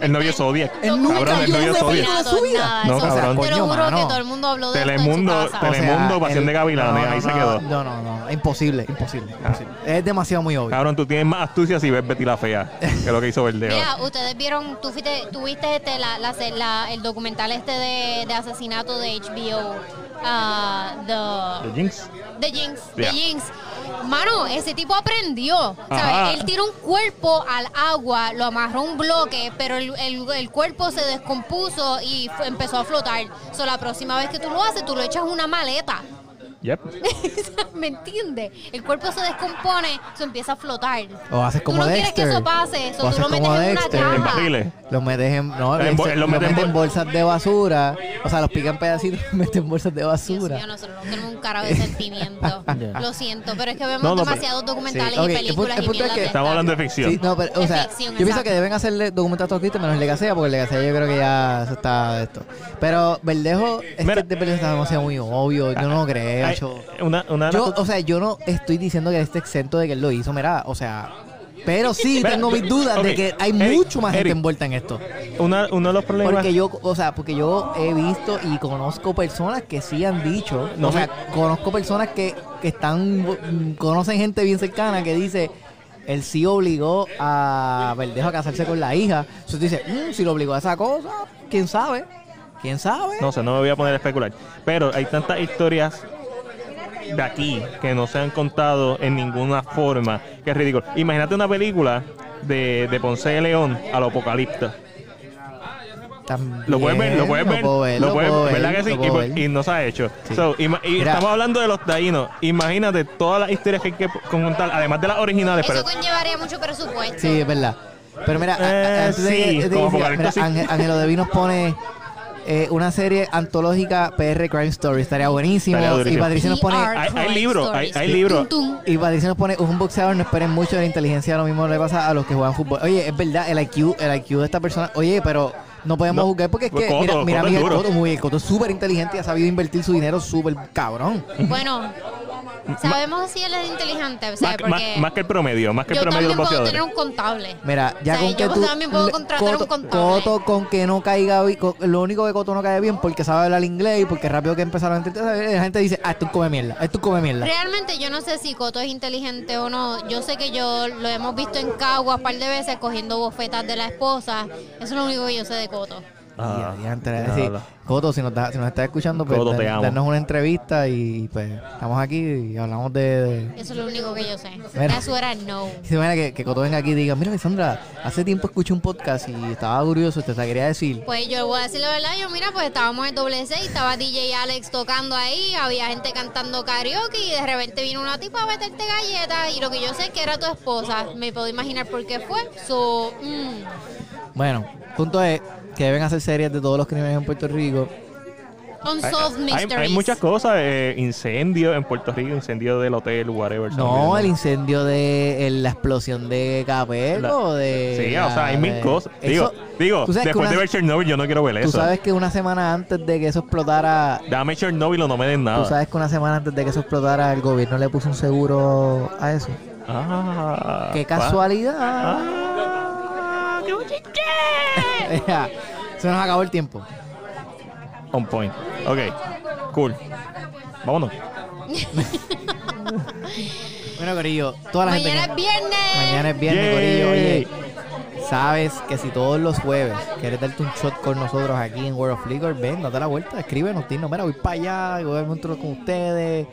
Speaker 3: El novio Zodiac.
Speaker 2: Él nunca
Speaker 3: Cabrón, el
Speaker 2: vio
Speaker 3: novio
Speaker 2: una
Speaker 3: Zodiac.
Speaker 2: película en su vida.
Speaker 1: No,
Speaker 3: No, cabrón.
Speaker 1: Te lo
Speaker 2: Coño,
Speaker 1: juro que
Speaker 2: mano.
Speaker 1: todo el mundo habló de
Speaker 3: Telemundo,
Speaker 1: esto en su
Speaker 2: O
Speaker 1: casa.
Speaker 2: sea,
Speaker 3: Telemundo, Pasión de Gavilanes, ahí se quedó. Ah.
Speaker 2: No, no, no, imposible, imposible. imposible. Es demasiado muy obvio.
Speaker 3: Cabrón, tú tienes más astucia si ves Betty la Fea que lo que hizo Verdeo.
Speaker 1: Mira, ustedes vieron, tú, fuiste- tú viste este, la, la se- la- el documental este de, de asesinato de HBO, ah,
Speaker 3: ¿De Jinx?
Speaker 1: The Jinx,
Speaker 3: Ya.
Speaker 1: The Jinx. Mano, ese tipo aprendió,
Speaker 3: Ajá.
Speaker 1: ¿sabes? Él tiró un cuerpo al agua, lo amarró a un bloque, pero el, el- el cuerpo se descompuso y fu- empezó a flotar. So, la próxima vez que tú lo haces, tú lo echas en una maleta.
Speaker 3: Yep.
Speaker 1: ¿Me entiendes? El cuerpo se descompone, eso empieza a flotar.
Speaker 2: O haces como
Speaker 1: tú no
Speaker 2: Dexter.
Speaker 1: quieres que eso pase, eso
Speaker 2: O
Speaker 1: tú
Speaker 2: haces
Speaker 1: lo metes
Speaker 2: como
Speaker 1: en
Speaker 2: Dexter.
Speaker 1: una
Speaker 3: En
Speaker 1: caja.
Speaker 3: barriles.
Speaker 2: Los metes en, no,
Speaker 3: En bol-
Speaker 2: los,
Speaker 3: los meten
Speaker 2: meten
Speaker 3: en
Speaker 2: en bolsas de basura. O sea, los pican pedacitos y los meten en bolsas de
Speaker 1: Dios
Speaker 2: basura.
Speaker 1: mío, nosotros no tenemos un carajo de sentimiento.
Speaker 2: Ya.
Speaker 1: Lo siento, pero es que vemos
Speaker 3: No, no, pero-
Speaker 1: demasiados documentales
Speaker 2: sí, ok,
Speaker 1: y
Speaker 2: el
Speaker 1: películas
Speaker 2: punto- el
Speaker 1: y
Speaker 2: punto es
Speaker 1: mierdas
Speaker 2: que-
Speaker 1: de
Speaker 3: Estamos
Speaker 1: estas.
Speaker 3: hablando de ficción.
Speaker 2: Sí, no, pero, o
Speaker 1: Es
Speaker 2: sea,
Speaker 1: ficción,
Speaker 2: yo pienso
Speaker 1: exacto.
Speaker 2: que deben hacerle documentar a todos críticos menos el Legacea, porque el Legacea yo creo que ya se está de esto. Pero Verdejo, es
Speaker 3: Mira.
Speaker 2: que de Verdejo está demasiado muy obvio, yo no lo creo.
Speaker 3: Ay,
Speaker 2: cho.
Speaker 3: una, una de las
Speaker 2: Yo,
Speaker 3: cosas-
Speaker 2: o sea, yo no estoy diciendo que esté exento de que él lo hizo, mira, o sea, pero sí
Speaker 3: Mira,
Speaker 2: tengo
Speaker 3: yo-
Speaker 2: mis dudas
Speaker 3: ok,
Speaker 2: de que hay
Speaker 3: Eric,
Speaker 2: mucho más gente
Speaker 3: Eric.
Speaker 2: envuelta en esto.
Speaker 3: una- uno de los problemas.
Speaker 2: Porque yo, o sea, porque yo he visto y conozco personas que sí han dicho,
Speaker 3: No
Speaker 2: o sea,
Speaker 3: me-
Speaker 2: conozco personas que, que están, mm, conocen gente bien cercana que dice, él sí obligó a Verdejo a casarse con la hija. Entonces dice, "Mm, si lo obligó a esa cosa, quién sabe, quién sabe.
Speaker 3: No sé, no me voy a poner a especular. Pero hay tantas historias de aquí que no se han contado en ninguna forma que es ridículo. Imagínate una película de, de Ponce de León al apocalipto.
Speaker 2: También
Speaker 3: Lo puedes ver, lo puedes ver.
Speaker 2: puedo ver,
Speaker 3: Lo puedes
Speaker 2: puedo ver,
Speaker 3: ver, ¿verdad que
Speaker 2: lo
Speaker 3: sí? Y,
Speaker 2: puedo
Speaker 3: por-
Speaker 2: ver.
Speaker 3: y no se ha hecho.
Speaker 2: Sí.
Speaker 3: So, ima- y
Speaker 2: Mira.
Speaker 3: estamos hablando de los taínos. Imagínate todas las historias que hay que contar, además de las originales. Pero
Speaker 1: Eso conllevaría mucho presupuesto.
Speaker 2: Sí, es verdad. Pero mira, a- a-
Speaker 3: Eh,
Speaker 2: antes de que-
Speaker 3: sí,
Speaker 2: de que
Speaker 3: como
Speaker 2: siga,
Speaker 3: Apocalipto,
Speaker 2: mira,
Speaker 3: sí.
Speaker 2: Ángel- Ángelo de Vinos pone eh, una serie antológica PR Crime Story. Estaría buenísimo.
Speaker 3: Estaría
Speaker 2: y
Speaker 3: durísimo.
Speaker 2: Patricia nos pone.
Speaker 1: PR
Speaker 3: Hay- hay
Speaker 1: crime
Speaker 3: libro,
Speaker 1: stories.
Speaker 3: hay- hay libro.
Speaker 1: Tum, tum.
Speaker 2: Y Patricia nos pone, un boxeador no esperen mucho de la inteligencia, lo mismo le pasa a los que juegan fútbol. Oye, es verdad, el IQ, el IQ de esta persona, oye, pero no podemos
Speaker 3: No,
Speaker 2: juzgar porque es
Speaker 3: pues
Speaker 2: que, mira,
Speaker 3: Coto,
Speaker 2: mira
Speaker 3: Coto es
Speaker 2: Miguel
Speaker 3: duro.
Speaker 2: Coto, muy bien, Coto es súper inteligente y ha sabido invertir su dinero súper cabrón.
Speaker 1: Bueno, sabemos si él es inteligente, o sea,
Speaker 3: más, más-
Speaker 1: porque
Speaker 3: más que el promedio, más que el
Speaker 1: yo
Speaker 3: promedio de
Speaker 1: también
Speaker 3: los
Speaker 1: puedo
Speaker 3: boxeadores.
Speaker 1: tener un contable.
Speaker 2: Mira, ya
Speaker 1: O sea,
Speaker 2: con que
Speaker 1: yo
Speaker 2: tú
Speaker 1: también puedo
Speaker 2: le-
Speaker 1: contratar un contable.
Speaker 2: Coto con que no caiga bien, co- lo único que Coto no cae bien porque sabe hablar inglés y porque rápido que empezaron a entender, la gente dice, ah, esto come mierda, esto come mierda.
Speaker 1: Realmente yo no sé si Coto es inteligente o no. Yo sé que yo lo hemos visto en Caguas un par de veces cogiendo bofetas de la esposa. Eso es lo único que yo sé de Coto.
Speaker 3: Ah,
Speaker 2: Y adiantre,
Speaker 3: ya
Speaker 2: es decir,
Speaker 3: habla.
Speaker 2: Coto, si nos, da- si nos estás escuchando, pues,
Speaker 3: Coto, te
Speaker 2: dan-
Speaker 3: amo.
Speaker 2: danos una entrevista y pues estamos aquí y hablamos de... de-
Speaker 1: Eso es lo único que yo sé.
Speaker 2: Mira.
Speaker 1: Eso era no.
Speaker 2: Se imagina que, que Coto venga aquí y diga, mira Alexandra, hace tiempo escuché un podcast y estaba curioso, te la quería decir.
Speaker 1: Pues yo voy a decir la verdad, yo mira, pues estábamos en doble seis, estaba DJ Alex tocando ahí, había gente cantando karaoke y de repente vino una tipa a meterte galletas y lo que yo sé es que era tu esposa, me puedo imaginar por qué fue. So, mm,
Speaker 2: Bueno, punto es que deben hacer series de todos los crímenes en Puerto Rico.
Speaker 1: unsolved
Speaker 3: Hay- hay,
Speaker 1: mysteries.
Speaker 3: hay muchas cosas, eh, incendios en Puerto Rico, incendio del hotel, whatever. se
Speaker 2: No,
Speaker 3: olvidó,
Speaker 2: el incendio de eh, la explosión de Capello,
Speaker 3: La-
Speaker 2: de...
Speaker 3: Sí, o sea, hay mil
Speaker 2: de-
Speaker 3: cosas. Digo,
Speaker 2: Eso-
Speaker 3: digo
Speaker 2: tú sabes que
Speaker 3: después de
Speaker 2: una-
Speaker 3: ver Chernobyl, yo no quiero ver
Speaker 2: Tú
Speaker 3: eso.
Speaker 2: sabes que una semana antes de que eso explotara...
Speaker 3: Dame Chernobyl o no me den
Speaker 2: Tú
Speaker 3: nada.
Speaker 2: sabes que una semana antes de que eso explotara, el gobierno le puso un seguro a eso.
Speaker 3: Ah,
Speaker 2: ¡Qué
Speaker 3: pa-
Speaker 2: casualidad!
Speaker 3: Ah, qué bonito.
Speaker 2: Se nos acabó el tiempo.
Speaker 3: On point. Ok, cool. Vámonos.
Speaker 2: Bueno, Corillo, toda la gente...
Speaker 1: Mañana
Speaker 2: que-
Speaker 1: es viernes.
Speaker 2: Mañana es viernes,
Speaker 3: Yay.
Speaker 2: Corillo. Oye, sabes que si todos los jueves quieres darte un shot con nosotros aquí en World of Flickr, ven, date la vuelta, escríbenos, dinos, mira, voy para allá, voy a verme con ustedes.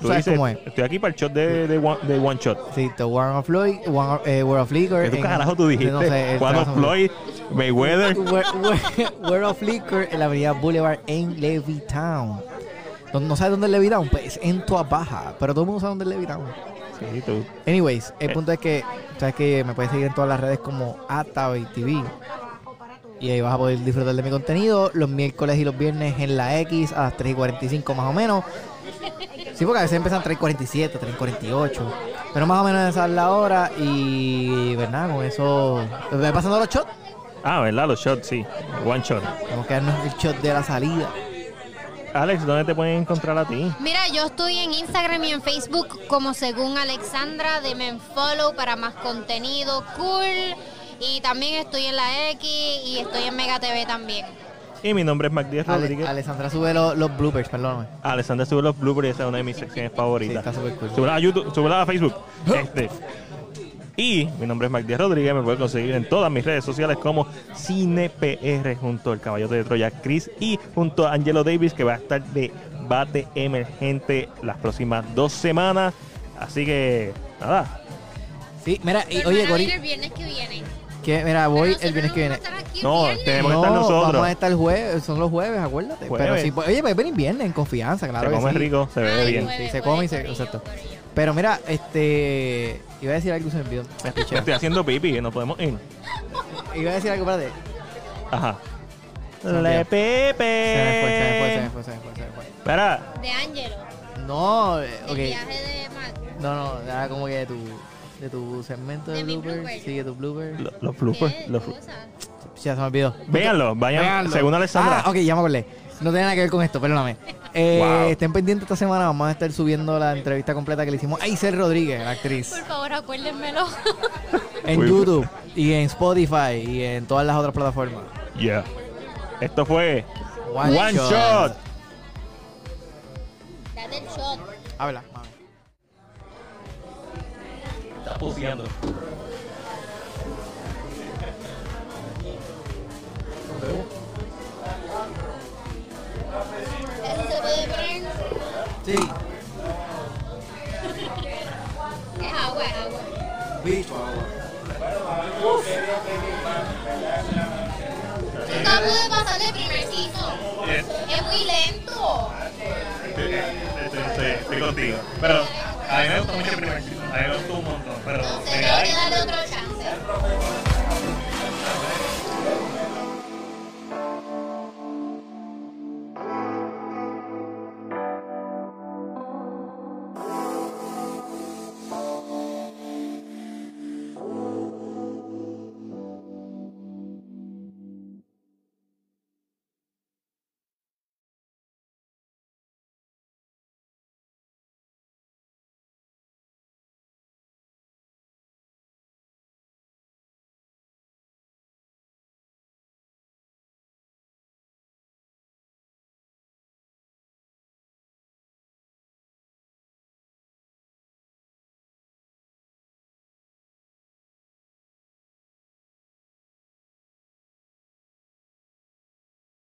Speaker 3: Tú
Speaker 2: ¿Sabes
Speaker 3: dices,
Speaker 2: cómo es?
Speaker 3: estoy aquí para el shot de, de one, de one shot.
Speaker 2: Sí, The World of, Floyd, One of- eh, World of Flickr.
Speaker 3: ¿Qué tú
Speaker 2: en-
Speaker 3: carajo tú dijiste?
Speaker 2: No sé, el
Speaker 3: Juan of
Speaker 2: trazo-
Speaker 3: Floyd, Mayweather.
Speaker 2: Where, where- where of Liquor en la avenida Boulevard en Levittown. No, no sabes dónde es Levittown, pues en Tua Baja, pero todo el mundo sabe dónde es Levittown.
Speaker 3: Sí, tú.
Speaker 2: Anyways, el
Speaker 3: Eh.
Speaker 2: punto es que sabes que me puedes seguir en todas las redes como Atavi TV. Y ahí vas a poder disfrutar de mi contenido los miércoles y los viernes en la X a las 3 y 45 más o menos. Sí, porque a veces empiezan 3 y 47, 3 y 48. Pero más o menos esa es la hora y, ¿verdad? Con eso... ¿Me pasando los shots?
Speaker 3: Ah, ¿verdad? Los shots, sí. One shot.
Speaker 2: Vamos a quedarnos el shot de la salida.
Speaker 3: Alex, ¿dónde te pueden encontrar a ti?
Speaker 1: Mira, yo estoy en Instagram y en Facebook como según Alexandra. Deme en follow para más contenido cool. Y también estoy en la X y estoy en Mega TV también.
Speaker 3: Y mi nombre es Mac Díaz
Speaker 2: Ale-
Speaker 3: Rodríguez.
Speaker 2: Alessandra sube lo- los bloopers, perdóname.
Speaker 3: Alexander sube los bloopers y esa es una de mis secciones favoritas.
Speaker 2: Sí, está súper cool.
Speaker 3: Súbela a YouTube, súbela a Facebook. Este. Y mi nombre es Mac Díaz Rodríguez, me pueden conseguir en todas mis redes sociales como CinePR junto al caballote de Troya Chris y junto a Angelo Davis que va a estar de bate emergente las próximas dos semanas. Así que nada,
Speaker 2: Sí, mira, y, oye, Cori,
Speaker 1: el viernes que viene.
Speaker 2: que, mira, voy el viernes que viene.
Speaker 3: No, tenemos- Vamos a
Speaker 2: No,
Speaker 3: estar nosotros.
Speaker 2: vamos a estar jueves, son los jueves, acuérdate. Pero
Speaker 3: Jueves.
Speaker 2: sí, pues, oye, puedes venir bien, en confianza, claro
Speaker 3: se
Speaker 2: que
Speaker 3: come
Speaker 2: sí.
Speaker 3: rico, se bebe bien.
Speaker 2: Sí, se come y se- exacto. Pero mira, este, iba a decir algo y se me olvidó. Me piché.
Speaker 3: Estoy haciendo pipi, no podemos ir.
Speaker 2: Iba a decir algo, espérate.
Speaker 3: Ajá.
Speaker 2: Se me
Speaker 3: Le
Speaker 2: olvidó. Se me fue, se me fue, se me
Speaker 3: pepe.
Speaker 2: fue, se me fue, se me fue.
Speaker 3: Espera,
Speaker 1: De Ángelo.
Speaker 2: No, eh,
Speaker 1: El
Speaker 2: ok.
Speaker 1: viaje de Mac.
Speaker 2: No, no, era como que de tu, de tu segmento de,
Speaker 1: De mi
Speaker 2: bloopers.
Speaker 1: blooper.
Speaker 2: Sí, de tu bloopers.
Speaker 3: lo- los
Speaker 1: ¿Qué
Speaker 3: bloopers, los
Speaker 1: cosa?
Speaker 2: Ya se me olvidó.
Speaker 3: Véanlo, vayan,
Speaker 4: Véanlo.
Speaker 3: según Alexandra.
Speaker 2: Ah, ok, ya me acordé. No tiene nada que ver con esto, perdóname. Eh,
Speaker 3: Wow.
Speaker 2: Estén pendientes esta semana, vamos a estar subiendo la entrevista completa que le hicimos a Isel Rodríguez, la actriz,
Speaker 1: Por favor, acuérdenmelo.
Speaker 2: en
Speaker 3: Uy.
Speaker 2: YouTube y en Spotify y en todas las otras plataformas.
Speaker 3: Yeah. Esto fue One, shot.
Speaker 1: Date el shot.
Speaker 2: Habla, mami.
Speaker 3: Está puteando.
Speaker 1: ¿Eso se puede poner?
Speaker 2: Sí,
Speaker 1: Es agua, es agua.
Speaker 2: bicho.
Speaker 1: Nunca pude pasar el primer piso. Es muy lento.
Speaker 3: Estoy contigo. Pero a mí me gustó mucho el primer chico. A mí me gustó un montón. Pero eh,
Speaker 1: Entonces, tengo que darle otro chance.